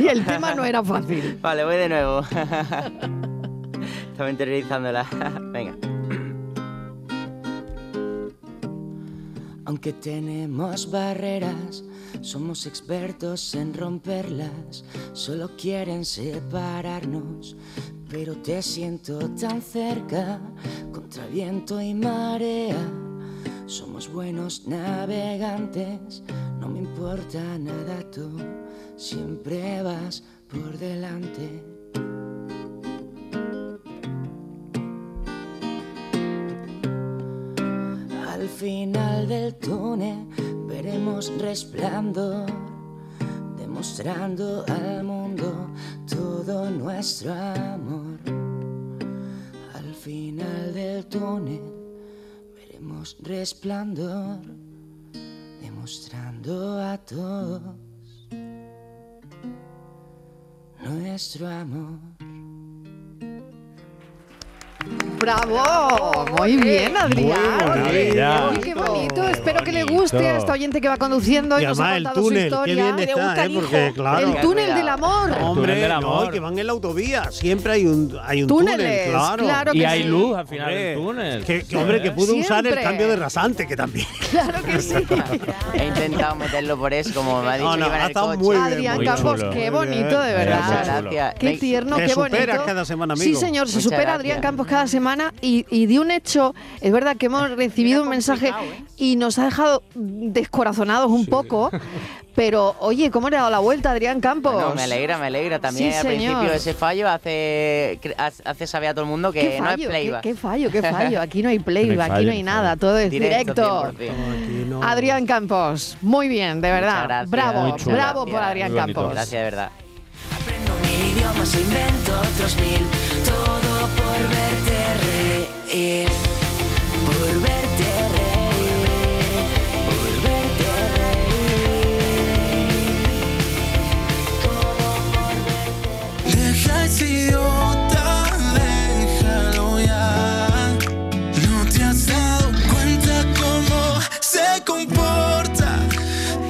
S3: y el tema no era fácil.
S7: Vale, voy de nuevo. Estaba interiorizándola. Venga.
S16: Aunque tenemos barreras, somos expertos en romperlas. Solo quieren separarnos, pero te siento tan cerca, contra viento y marea. Somos buenos navegantes, no me importa nada tú, siempre vas por delante. Al final del túnel veremos resplandor, demostrando al mundo todo nuestro amor. Al final del túnel veremos resplandor, demostrando a todos nuestro amor.
S3: ¡Bravo! Muy bien, Adrián.
S6: Muy bien.
S3: Uy, qué bonito. Espero que le guste a esta oyente que va conduciendo y,
S6: Y
S3: nos ha
S6: además el
S3: contado
S6: túnel,
S3: su
S6: qué
S3: historia.
S6: bien está, ¿eh? Porque, claro.
S3: El túnel del amor.
S6: Hombre,
S5: túnel del amor.
S6: No, y que van en la autovía. Siempre hay un, hay un
S3: Túneles,
S6: túnel, claro.
S3: claro
S5: Y hay luz al final del túnel.
S6: Que, que, hombre, que pudo usar el
S3: Siempre.
S6: cambio de rasante, que también.
S3: Claro que sí.
S7: He intentado meterlo por eso, como me ha
S6: No,
S7: dicho
S6: no,
S7: que iba en
S6: ha
S7: el
S6: estado
S7: coche.
S6: muy bien,
S3: Adrián
S6: muy
S3: Campos,
S6: chulo.
S3: qué
S6: Muy bien.
S3: bonito, de verdad.
S7: Muchas gracias.
S3: Qué
S7: Ven-
S3: tierno,
S6: Te
S3: qué bonito.
S6: superas cada semana, amigo.
S3: Sí, señor, se
S6: Muchas
S3: supera
S6: gracias.
S3: Adrián Campos cada semana y, y de un hecho, es verdad que hemos recibido un mensaje
S7: ¿eh?
S3: y nos ha dejado descorazonados un poco, pero oye, ¿cómo le ha dado la vuelta Adrián Campos?
S7: No, me alegra, me alegra. También
S3: Sí,
S7: al
S3: señor.
S7: principio ese fallo hace, cre- hace saber a todo el mundo que
S3: ¿Qué
S7: no es
S3: fallo?
S7: playback.
S3: ¿Qué, qué fallo? ¿Qué fallo? Aquí no hay
S7: No hay
S3: playback, aquí
S7: fallo,
S3: no
S7: no
S3: hay
S7: hay
S3: nada, todo es directo.
S7: 100%.
S3: Adrián Campos, muy bien, de
S7: Muchas
S3: verdad.
S7: gracias.
S3: Bravo,
S7: Muy chulo.
S3: bravo por
S7: Gracias.
S3: Adrián
S7: Muy bonito.
S3: Campos.
S7: Gracias, de verdad.
S16: mil idiomas, invento otros mil. Todo por verte reír. Por verte reír. Por verte reír. Deja ese idiota, déjalo ya. No te has dado cuenta cómo se comporta.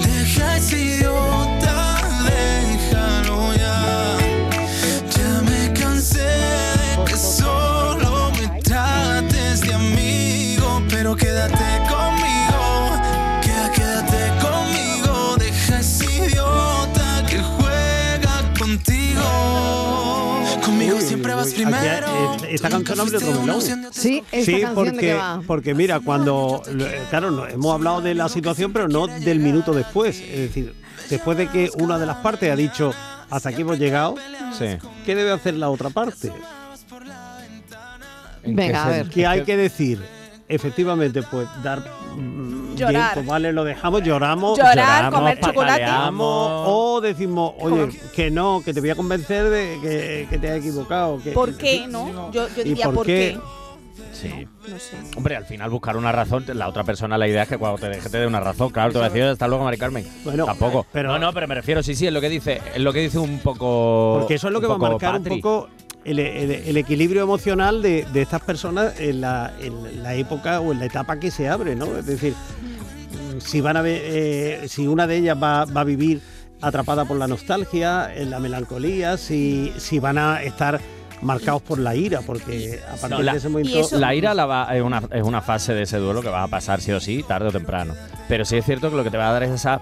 S16: Deja ese idiota, déjalo ya. Ya me cansé de que solo me trates de amigo, pero quédate conmigo. que- Quédate conmigo, deja ese idiota que juega contigo.
S17: Conmigo
S6: Uy,
S17: siempre
S6: uy,
S17: vas
S6: aquí,
S17: primero.
S6: eh, esta canción habla de Romeo.
S3: Sí, esta
S6: sí,
S3: canción de qué
S6: porque,
S3: va.
S6: porque mira, cuando. eh, Claro, no, hemos hablado de la situación, pero no del minuto después. Es decir, después de que una de las partes ha dicho hasta aquí hemos llegado, ¿qué debe hacer la otra parte?
S3: Venga, a ver.
S6: ¿Qué hay que decir? Efectivamente, pues dar. mm,
S3: Llorar.
S6: Bien, pues vale, lo dejamos, lloramos.
S8: Llorar, comer chocolate.
S6: pataleamos, O decimos, oye, que no, que te voy a convencer de que, que te has equivocado. Que,
S8: ¿Por qué, no? Yo, yo
S6: ¿Y
S8: diría,
S6: por
S8: ¿por,
S6: qué?
S8: qué?
S5: Sí.
S8: No sé.
S5: Hombre, al final buscar una razón, la otra persona la idea es que cuando te deje te dé una razón, claro, te va a decir hasta luego, Mari Carmen. tampoco. Pero, no, no, pero me refiero, sí, sí, es lo que dice, es lo que dice un poco
S6: Porque eso es lo
S5: un
S6: que va a
S5: poco
S6: marcar
S5: Patri.
S6: un poco el, el- el equilibrio emocional de, de estas personas en la, en la época o en la etapa que se abre, ¿no? Es decir, si van a ver, eh, si una de ellas va, va a vivir atrapada por la nostalgia, en la melancolía, si, si van a estar marcados por la ira, porque a partir
S5: No, la,
S6: de ese momento
S5: la ira la va- es, una, es una fase de ese duelo que vas a pasar sí o sí, tarde o temprano. Pero sí es cierto que lo que te va a dar es esa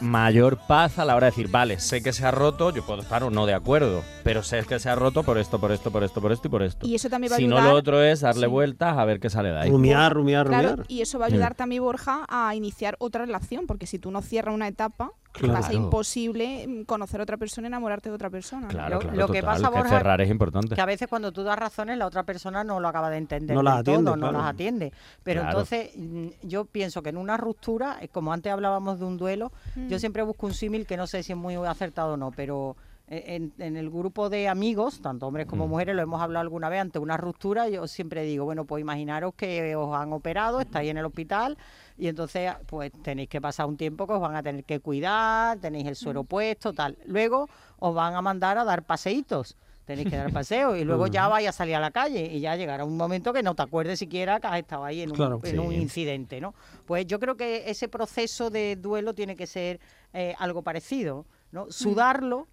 S5: mayor paz a la hora de decir, vale, sé que se ha roto, yo puedo estar o no de acuerdo, pero sé que se ha roto por esto, por esto, por esto, por esto y por esto.
S8: Y eso también va a
S5: si no,
S8: ayudar-
S5: lo otro es darle
S8: Sí.
S5: vueltas a ver qué sale de ahí.
S6: Rumiar, rumiar,
S8: Claro, y eso va a
S4: Mm.
S5: Sí.
S8: ayudar también, Borja, a iniciar otra relación, porque si tú no cierras una etapa, pues va a ser
S5: Claro.
S8: imposible mm, conocer a otra persona, enamorarte de otra persona.
S5: Claro,
S4: Lo-
S5: claro,
S4: lo que
S5: total,
S4: pasa, Borja,
S5: cerrar es importante.
S4: Que a veces cuando tú das razones la otra persona no lo acaba de entender.
S5: No las
S4: del todo,
S5: atiende,
S4: no
S5: claro.
S4: las atiende. Pero
S5: Claro.
S4: entonces mm, yo pienso que en una ruptura, eh, como antes hablábamos de un duelo, yo
S8: Mm.
S4: siempre busco un símil que no sé si es muy acertado o no, pero eh, en, en el grupo de amigos, tanto hombres como
S8: Mm.
S4: mujeres, lo hemos hablado alguna vez, ante una ruptura yo siempre digo, bueno, pues imaginaros que os han operado, estáis en el hospital y entonces pues tenéis que pasar un tiempo que os van a tener que cuidar, tenéis el suero puesto, tal. Luego os van a mandar a dar paseitos. Tenéis que dar paseos y luego ya
S5: Ujú.
S4: vais a salir a la calle y ya llegará un momento que no te acuerdes siquiera que has estado ahí en un,
S5: Claro.
S4: en
S5: Sí.
S4: un incidente, ¿no? Pues yo creo que ese proceso de duelo tiene que ser eh, algo parecido, ¿no? Sudarlo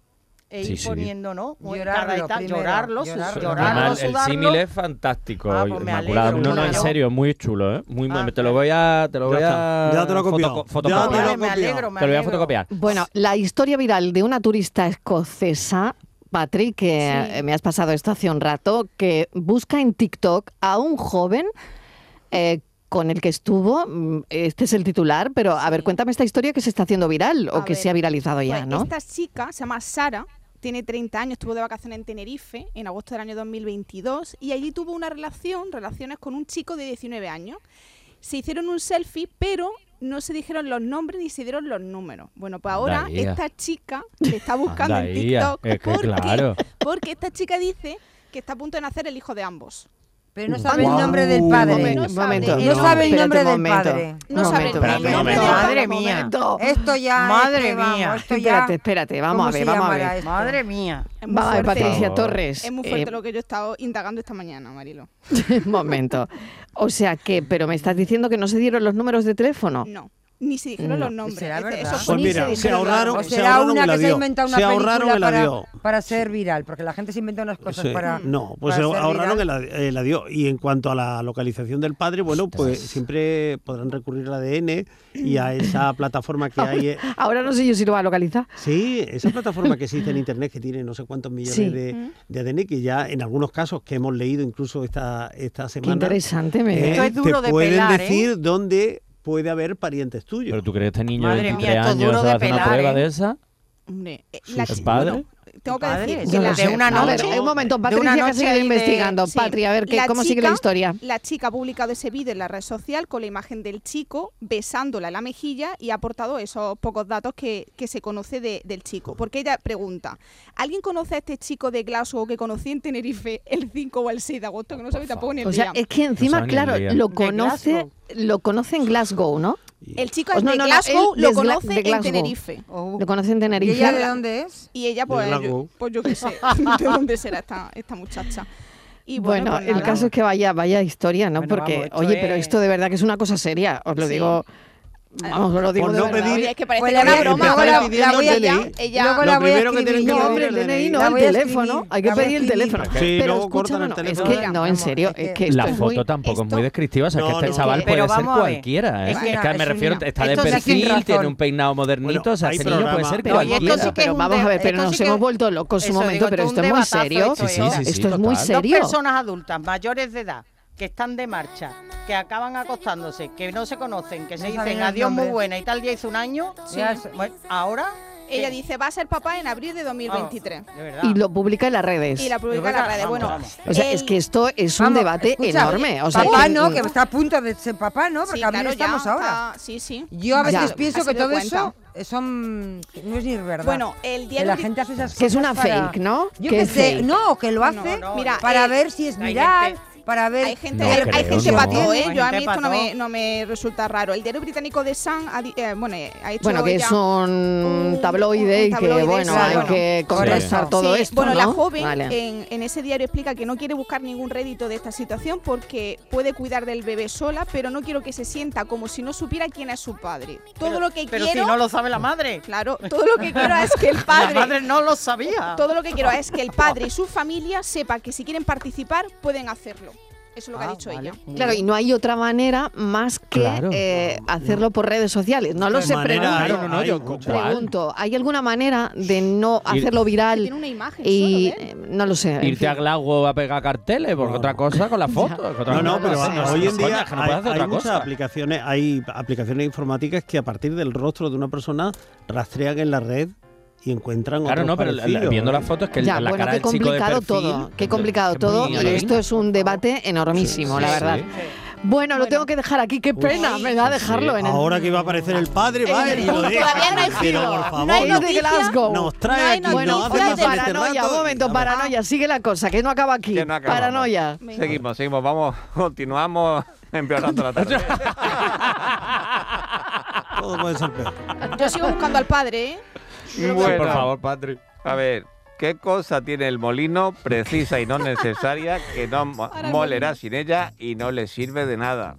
S4: e
S5: Mm. Sí,
S4: ir
S5: sí.
S4: poniendo, ¿no? O en
S9: Llorarlo
S4: cada etapa-
S9: primero,
S4: llorarlo, su-
S9: llorarlo.
S4: llorarlo,
S5: Además, el
S4: sudarlo.
S5: símil es fantástico,
S4: Ah, pues me
S5: Inmaculada.
S4: alegro,
S5: no, no, en
S4: claro.
S5: serio, muy chulo, ¿eh? Muy, te lo voy a, te lo
S6: Ya
S5: voy a,
S6: está, ya te lo he copiado,
S5: fotoco-
S6: ya
S5: fotocopiar.
S6: te lo he Vale, me
S4: copiado. alegro, me
S5: Te lo voy a
S4: alegro.
S5: fotocopiar.
S3: Bueno, la historia viral de una turista escocesa, Patrick, que eh, me has pasado esto hace un rato, que busca en TikTok a un joven eh, con el que estuvo. mm, Este es el titular, pero a ver, cuéntame esta historia que se está haciendo viral o
S8: A
S3: que
S8: ver,
S3: se ha viralizado ya,
S8: Pues
S3: ¿no?
S8: Esta chica se llama Sara, tiene 30 años, estuvo de vacaciones en Tenerife en agosto del año 2022 y allí tuvo una relación, relaciones con un chico de 19 años. Se hicieron un selfie, pero no se dijeron los nombres ni se dieron los números. Bueno, pues ahora
S5: Anda ya.
S8: esta chica le está buscando
S5: Anda
S8: en
S5: ya,
S8: TikTok
S5: es que
S8: porque,
S5: claro.
S8: porque esta chica dice que está a punto de nacer el hijo de ambos.
S9: Pero no sabe el nombre del padre.
S3: Un momento,
S9: No sabe el
S3: espérate
S9: nombre
S3: un
S9: del
S3: momento,
S9: padre.
S3: un
S9: No sabe el
S3: momento,
S9: nombre
S3: espérate,
S9: del
S3: un
S9: padre.
S3: momento,
S9: Madre
S3: un
S9: mía.
S3: momento.
S9: Esto ya,
S4: Madre
S9: este, vamos,
S4: mía.
S9: esto ya-
S3: Espérate, espérate, vamos a
S9: ¿Cómo
S3: ver,
S9: se
S3: vamos a
S9: llamará
S3: ver.
S9: esto?
S4: Madre mía.
S8: Es muy
S3: Vamos a ver,
S8: fuerte.
S3: Patricia Torres.
S8: Es muy
S3: eh,
S8: fuerte lo que yo he estado indagando esta mañana, Marilo.
S3: Un momento. O sea que, pero me estás diciendo que no se dieron los números de teléfono.
S8: No. Ni se dijeron
S3: No.
S8: los nombres.
S9: ¿Será
S8: Ese-
S9: verdad?
S8: esos
S6: Pues
S8: ni
S6: mira, se
S8: dijeron los
S6: ahorraron-
S9: O
S8: nombres.
S6: se
S9: será
S6: ahorraron
S9: una
S6: el
S9: que se ha
S6: adiós.
S9: inventado una
S6: Se ahorraron
S9: película
S6: el
S9: para,
S6: adiós.
S9: para ser viral, porque la gente se inventa unas cosas
S6: Sí,
S9: para.
S6: no, pues
S9: para
S6: se
S9: ser
S6: ahorraron
S9: viral.
S6: el, ad- el adiós. Y en cuanto a la localización del padre, bueno, pues siempre podrán recurrir al ADN y a esa plataforma que hay. eh,
S3: Ahora no sé yo si lo va a localizar.
S6: Sí, esa plataforma que existe en Internet que tiene no sé cuántos millones
S3: Sí. Mm.
S6: de, de ADN, que ya en algunos casos que hemos leído incluso esta, esta semana.
S3: interesante, me
S6: eh,
S3: Esto es duro
S6: te
S3: de
S6: pueden
S3: pelar, ¿eh?
S6: decir dónde puede haber parientes tuyos.
S5: Pero tú crees que este niño
S6: Madre
S5: de
S6: mía,
S5: 23
S6: esto es
S5: años
S6: duro
S5: se
S6: de
S5: va a hacer una
S6: pelar,
S5: prueba
S6: ¿eh?
S5: de esa.
S8: Hombre, eh,
S5: Sí.
S8: la
S5: ¿Es
S8: chi-
S5: padre?
S8: bueno, tengo que
S4: Padre,
S8: decir
S4: yo
S8: que
S4: no
S8: la-
S4: sé, una
S3: A ver,
S4: noche-
S3: un momento,
S4: de
S3: Patricia,
S4: una
S3: que ha
S4: noche
S3: seguido
S4: ahí de-
S3: investigando.
S8: sí.
S3: Patri, a ver, ¿qué-
S8: La
S3: ¿cómo sigue la
S8: chica-
S3: historia?
S8: La chica ha publicado ese vídeo en la red social con la imagen del chico besándola en la mejilla y ha aportado esos pocos datos que, que se conoce de- del chico. Porque ella pregunta, ¿alguien conoce a este chico de Glasgow que conocí en Tenerife el 5 o el 6 de agosto? Que no sabe tampoco ni el
S3: O sea,
S8: día.
S3: es que encima,
S5: sabe ni el
S3: claro,
S5: día.
S3: lo
S5: De
S3: conoce, lo conoce en Glasgow, ¿no?
S8: El chico
S3: Oh,
S8: es
S3: no,
S8: de
S3: no, no,
S8: Glasgow,
S3: él
S8: lo
S3: es gla-
S8: conoce
S3: de
S8: en
S3: Glasgow. Oh.
S8: Tenerife.
S3: Lo conoce en Tenerife.
S9: dónde es?
S8: Y ella, pues,
S3: Glasgow.
S8: yo, pues yo qué sé, de dónde será esta, esta muchacha. Y bueno,
S3: Bueno,
S8: pues
S3: el
S8: nada.
S3: caso es que vaya, vaya historia, ¿no?
S8: Bueno,
S3: Porque,
S8: vamos, esto
S3: oye, pero
S8: es-
S3: esto de verdad que es una cosa seria, os lo
S8: Sí.
S3: digo. Vamos, lo digo
S6: Por
S3: de
S6: no
S3: verdad.
S6: pedir-
S8: Oye, es que parece
S9: Pues
S8: que
S9: la
S8: era
S9: voy-
S8: una broma.
S9: luego la- la voy a-
S8: ella, ella-
S9: luego la
S6: Lo
S9: voy a
S6: primero que tienen
S9: escribir.
S6: que
S3: No, hombre, el DNI no,
S9: La
S3: el
S9: voy a
S3: teléfono.
S9: escribir,
S3: Hay que
S9: la voy a
S3: pedir el
S9: escribir.
S3: teléfono.
S6: Sí,
S3: pero
S6: luego cortan
S3: escúchame,
S6: el
S3: no, es
S6: teléfono.
S3: que, no, en serio, es que esto
S5: La
S3: es
S5: foto
S3: muy-
S5: tampoco es muy descriptiva, o sea, que
S6: No,
S5: este
S6: no.
S5: chaval
S6: Es que-
S5: puede
S6: pero
S5: ser
S6: vamos a ver.
S5: cualquiera. ¿eh?
S6: Es
S5: Es
S6: que
S5: que,
S6: no, es
S5: me
S6: un
S5: refiero,
S6: niño.
S5: está de
S6: Esto sí sin
S5: perfil,
S6: razón.
S5: tiene un peinado modernito,
S6: Bueno,
S5: o sea,
S6: hay
S5: ese niño puede
S6: programa.
S5: ser
S6: Pero,
S3: Oye,
S5: cualquiera.
S3: esto sí que pero vamos a ver, pero nos hemos vuelto locos un
S4: Eso
S3: momento,
S4: digo,
S3: pero
S4: esto
S3: esto
S4: es
S3: es
S4: un
S3: muy
S4: debatazo,
S3: serio.
S4: esto
S5: Sí, sí,
S4: es.
S5: sí, sí,
S3: Esto es muy
S5: total.
S4: Dos
S3: serio.
S4: personas adultas mayores de edad que están de marcha, que acaban acostándose, que no se conocen, que se
S9: No saben
S4: dicen
S9: los
S4: adiós muy
S9: nombres.
S4: buena y tal, ya hizo un año.
S8: Sí.
S4: Ya se- bueno, ahora.
S8: ella
S4: ¿qué?
S8: dice, va a ser papá en abril de 2023.
S4: De verdad.
S3: Y lo publica en las redes.
S8: Y la publica en
S4: Yo creo
S8: las
S4: que-
S8: redes. Bueno,
S4: vamos,
S3: O sea, es
S8: el-
S3: que esto es un
S9: Vamos,
S3: debate
S9: escucha,
S3: enorme. O sea,
S9: papá
S3: que-
S9: no, que está a punto de ser papá, ¿no? Porque
S8: sí,
S9: a mí
S8: claro, ya
S9: estamos ahora.
S8: está- sí, sí.
S9: Yo a
S3: Ya.
S9: veces
S3: Ha
S9: pienso que
S8: sido
S9: todo
S8: cuenta.
S9: eso son, que no es ni verdad.
S8: Bueno, el
S9: que
S8: diario
S9: la
S8: Di-
S9: gente hace esas
S3: Que es
S9: cosas
S3: una
S9: para-
S3: fake, ¿no? Que
S9: Yo qué
S3: es
S9: sé,
S3: fake.
S9: no, que lo hace
S4: no,
S8: mira,
S9: para
S8: eh,
S9: ver si es
S4: hay
S9: mirar,
S4: gente-
S9: para ver...
S8: Hay gente,
S5: No
S8: hay,
S5: creo,
S8: hay gente
S5: no.
S8: pató, ¿eh?
S4: Hay
S8: Yo a
S4: gente
S8: mí esto no
S4: pató.
S8: me, no me resulta raro. El diario británico de Sun ha, di- eh, bueno, eh, ha hecho
S3: Bueno, que
S8: ya-
S3: es un tabloide y que,
S8: tabloide,
S3: bueno,
S8: sí,
S3: hay
S8: bueno.
S3: que contrastar
S9: Sí.
S3: todo
S8: Sí,
S3: esto,
S8: Bueno,
S3: ¿no?
S8: la joven
S3: Vale.
S8: en, en ese diario explica que no quiere buscar ningún rédito de esta situación porque puede cuidar del bebé sola, pero no quiero que se sienta como si no supiera quién es su padre. Todo lo que
S4: Pero
S8: quiero,
S4: si no lo sabe la madre.
S8: claro, todo lo que quiero es que el padre,
S4: La madre no lo sabía.
S8: todo lo que quiero es que el padre y su familia sepan que si quieren participar pueden hacerlo. Eso es lo que ha
S4: Ah,
S8: dicho
S4: vale.
S8: ella.
S3: Claro, y no hay otra manera más que
S5: Claro.
S3: eh, hacerlo por redes sociales. No lo
S6: De
S3: sé,
S6: manera,
S3: pregunto.
S5: Claro, no, no,
S6: Hay
S5: yo
S6: muchas.
S5: ¿cuál?
S3: Pregunto, ¿hay alguna manera de no
S5: Ir-
S3: hacerlo
S8: Que
S3: viral
S8: tiene una imagen
S3: y
S8: solo de él.
S3: eh, no lo sé? en
S5: Irte a
S3: fin.
S5: Glasgow a pegar carteles, porque
S6: No.
S5: otra cosa con la foto. que
S6: No,
S5: otra cosa
S6: no,
S5: con
S6: pero
S5: la-
S3: no sé,
S6: hoy
S5: no,
S6: en
S5: coño,
S6: día
S5: es que no
S6: hay,
S5: puedes hacer
S6: hay
S5: otra
S6: muchas
S5: cosa.
S6: aplicaciones, hay aplicaciones informáticas que a partir del rostro de una persona rastrean en la red y encuentran
S5: Claro,
S6: otros
S5: no, pero la- la-
S6: parecidos.
S5: viendo las fotos, que el-
S3: Ya,
S5: la
S3: bueno,
S5: cara
S3: qué
S5: del chico de
S3: complicado
S5: perfil,
S3: todo, qué
S5: es
S3: complicado todo.
S5: muy
S3: Y
S5: anodino.
S3: esto es un debate enormísimo, la
S5: Sí,
S3: verdad.
S5: sí.
S3: Bueno, pues lo tengo que dejar aquí, qué pena, me da
S5: sí.
S3: dejarlo en el...
S6: Pues Ahora que iba a aparecer el padre,
S3: En
S6: va
S3: el-
S6: y lo deja.
S8: Todavía no hay
S6: pero
S8: giro.
S6: por favor,
S3: No hay
S6: no-
S3: de Glasgow.
S6: nos trae
S8: No hay
S6: aquí,
S8: noticias.
S6: nos
S3: bueno,
S6: hace
S8: Ahora
S6: pasar este
S8: de
S3: paranoia,
S6: rato.
S3: un momento, paranoia, sigue la cosa, que no acaba aquí.
S2: Que no acabamos.
S3: paranoia.
S8: Venga.
S2: Seguimos, seguimos, vamos, continuamos empeorando la tarde.
S6: Todo puede ser peor.
S8: Yo sigo buscando al padre, ¿eh?
S5: Sí,
S2: Bueno,
S5: por favor, Patrick.
S2: A ver, ¿qué cosa tiene el molino precisa y no necesaria que no mo-
S8: Ahora el
S2: molerá sin ella y no le sirve de nada?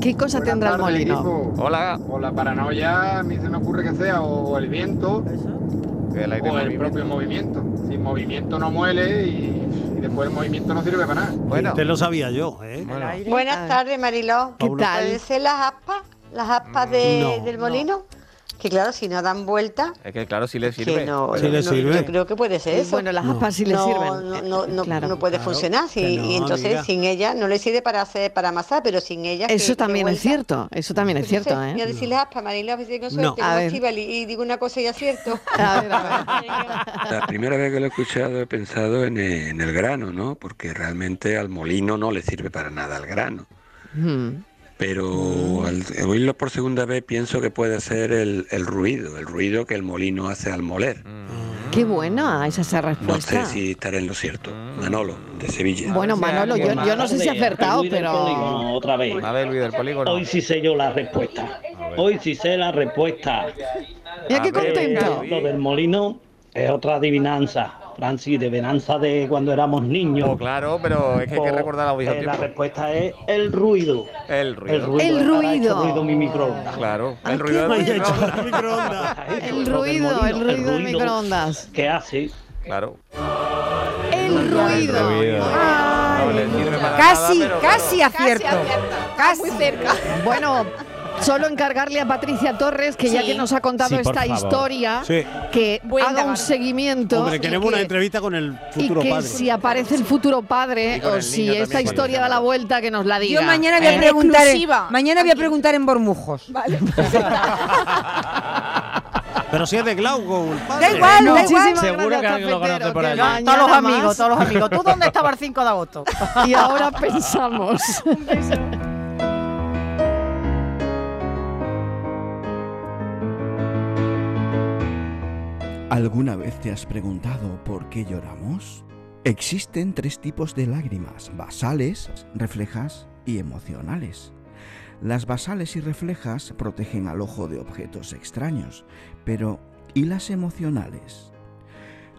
S3: ¿Qué cosa tendrá el molino?
S2: Hola,
S18: O la paranoia, a mí se me ocurre que sea, o el viento,
S2: el aire
S18: o el
S2: movimiento.
S18: propio movimiento. Sin movimiento no muele y, y después el movimiento no sirve para nada.
S2: Bueno,
S6: Usted lo sabía yo, ¿eh?
S2: bueno,
S3: Ah.
S19: Buenas tardes, Mariló.
S3: ¿Qué
S6: Pablo.
S19: ¿Pueden
S3: tal?
S19: ser las aspas? Las aspas de-
S6: No,
S19: del molino. Que claro, si no dan vuelta,
S2: es que claro, si le sirve.
S19: que no.
S6: Sí le
S19: no-
S6: sirve.
S19: Yo creo que puede ser eso.
S3: Bueno, las aspas sí le
S19: no,
S3: sirven.
S19: no, no, no-
S3: Claro.
S19: no puede
S6: Claro,
S19: funcionar sí,
S6: que no,
S19: y entonces
S6: amiga.
S19: sin ella no le sirve para hacer para amasar pero sin ella
S3: Eso
S19: que-
S3: también
S19: que
S3: es
S19: vuelta.
S3: cierto, eso también es
S19: Yo qué
S3: cierto,
S19: sé, Voy a
S3: ¿eh?
S19: decirle aspa, Mariló, a ver si tengo
S6: No.
S19: suerte,
S3: A
S19: como
S3: ver.
S19: Estíbal, y, y digo una cosa y acierto.
S3: A ver, a
S20: La primera vez que lo he escuchado he pensado en el, en el grano, ¿no? Porque realmente al molino no le sirve para nada al grano.
S3: ver. Mm.
S2: Mm.
S20: Pero al oírlo por segunda vez pienso que puede ser el, el ruido, el ruido que el molino hace al moler.
S2: Mm.
S3: Qué buena es esa
S20: No sé
S3: respuesta.
S20: si estaré en lo cierto.
S2: Mm.
S20: Manolo, de Sevilla.
S3: Bueno,
S2: O sea,
S3: Manolo,
S2: que
S3: yo, yo no sé si he
S14: Tarde,
S3: acertado,
S14: Luis del
S3: pero...
S14: Polígono, otra vez.
S2: A ver, Luis del polígono.
S14: Hoy sí sé yo la respuesta. Hoy sí sé la respuesta.
S3: Mira
S2: A
S3: qué
S2: ver,
S3: contento.
S2: Luis.
S14: Lo del molino es otra adivinanza, Francis, de adivinanza de cuando éramos niños.
S2: Oh, claro, pero es que hay que
S14: O,
S2: recordar al mismo
S14: eh, la
S2: tiempo.
S14: respuesta es el ruido.
S2: El
S14: El
S2: ruido.
S14: ruido.
S3: El
S14: Ahora ha hecho
S3: ruido.
S14: ruido mi microondas.
S2: Claro,
S3: Ay,
S2: el
S3: qué
S2: ruido
S6: Ay,
S2: del
S6: ya he hecho
S2: micrófono.
S6: el microondas.
S3: El ruido, el ruido del microondas.
S14: ¿Qué hace?
S2: Claro.
S3: El ruido.
S2: No le sirve para
S9: Casi,
S2: nada, pero
S9: casi acierto.
S8: Casi. Muy cerca.
S3: Bueno, solo encargarle a Patricia Torres, que ya
S8: Sí.
S3: que nos ha contado
S5: Sí, por
S3: esta
S5: favor.
S3: historia,
S6: Sí.
S3: que
S8: Buen
S3: haga un
S8: dabar.
S3: seguimiento.
S6: Hombre,
S3: y
S6: queremos
S3: que-
S6: una entrevista con el
S3: y
S6: futuro
S3: que
S6: padre.
S3: si aparece el futuro padre
S2: Y con
S3: o
S2: el
S3: si
S2: niño también,
S3: esta
S2: con el
S3: historia da la
S2: niño.
S3: vuelta, que nos la diga. Eh,
S9: Yo mañana voy a
S8: En
S9: preguntar,
S8: exclusiva.
S9: mañana voy a preguntar en Bormujos.
S8: Vale.
S6: Pero si es de Glauco, el padre.
S9: Da igual, da igual.
S3: Muchísimas
S5: Seguro
S3: gracias,
S5: que alguien lo
S3: cafetero,
S5: conoce por
S3: que
S5: allí.
S3: mañana
S4: Todos los
S3: más.
S4: amigos, todos los amigos. ¿Tú dónde estabas el 5 de agosto?
S3: Y ahora pensamos.
S21: ¿Alguna vez te has preguntado por qué lloramos? Existen tres tipos de lágrimas, basales, reflejas y emocionales. Las basales y reflejas protegen al ojo de objetos extraños, pero ¿y las emocionales?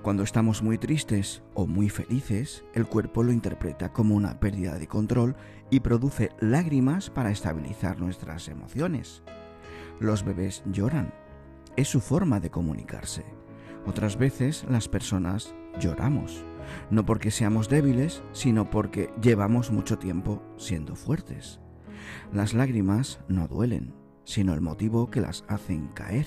S21: Cuando estamos muy tristes o muy felices, el cuerpo lo interpreta como una pérdida de control y produce lágrimas para estabilizar nuestras emociones. Los bebés lloran. Es su forma de comunicarse. Otras veces las personas lloramos. No porque seamos débiles, sino porque llevamos mucho tiempo siendo fuertes. Las lágrimas no duelen, sino el motivo que las hacen caer.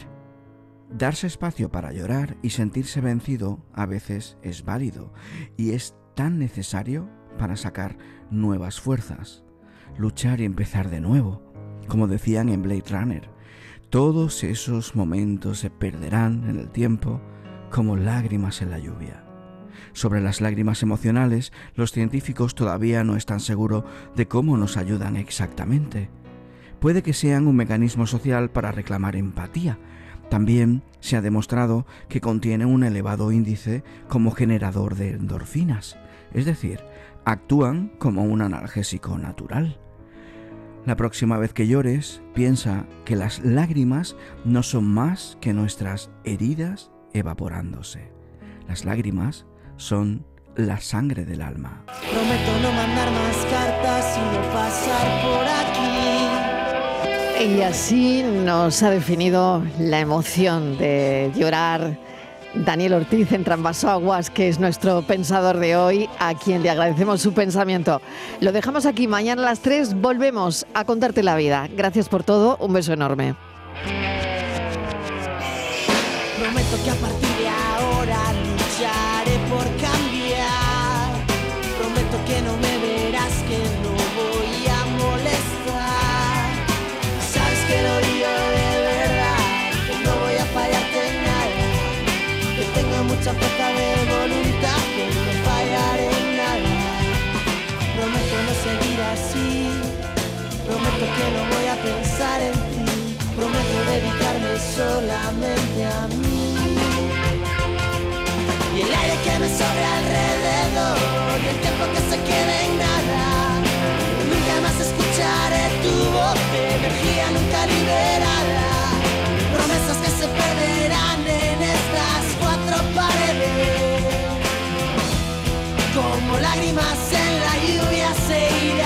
S21: Darse espacio para llorar y sentirse vencido a veces es válido y es tan necesario para sacar nuevas fuerzas, luchar y empezar de nuevo, como decían en Blade Runner. Todos esos momentos se perderán en el tiempo como lágrimas en la lluvia. Sobre las lágrimas emocionales, los científicos todavía no están seguros de cómo nos ayudan exactamente. Puede que sean un mecanismo social para reclamar empatía. También se ha demostrado que contiene un elevado índice como generador de endorfinas, es decir, actúan como un analgésico natural. La próxima vez que llores, piensa que las lágrimas no son más que nuestras heridas evaporándose. Las lágrimas son la sangre del alma.
S17: Prometo no mandar más cartas, sino pasar por aquí.
S3: Y así nos ha definido la emoción de llorar Daniel Ortiz en Trambaso Aguas, que es nuestro pensador de hoy, a quien le agradecemos su pensamiento. Lo dejamos aquí, mañana a las 3 volvemos a contarte la vida. Gracias por todo, un beso enorme.
S17: Prometo que a partir de ahora lucharé por cambiar. Prometo que no me verás, que no voy a molestar. Sabes que lo digo de verdad, que no voy a fallarte en nada. Que tengo mucha fuerza de voluntad, que no fallaré en nada. Prometo no seguir así, prometo que no voy a pensar en ti. Prometo dedicarme solamente a mí. Y el aire que me sobra alrededor Y el tiempo que se queda en nada Nunca más escucharé tu voz de energía nunca liberada Promesas que se perderán en estas cuatro paredes Como lágrimas en la lluvia se irán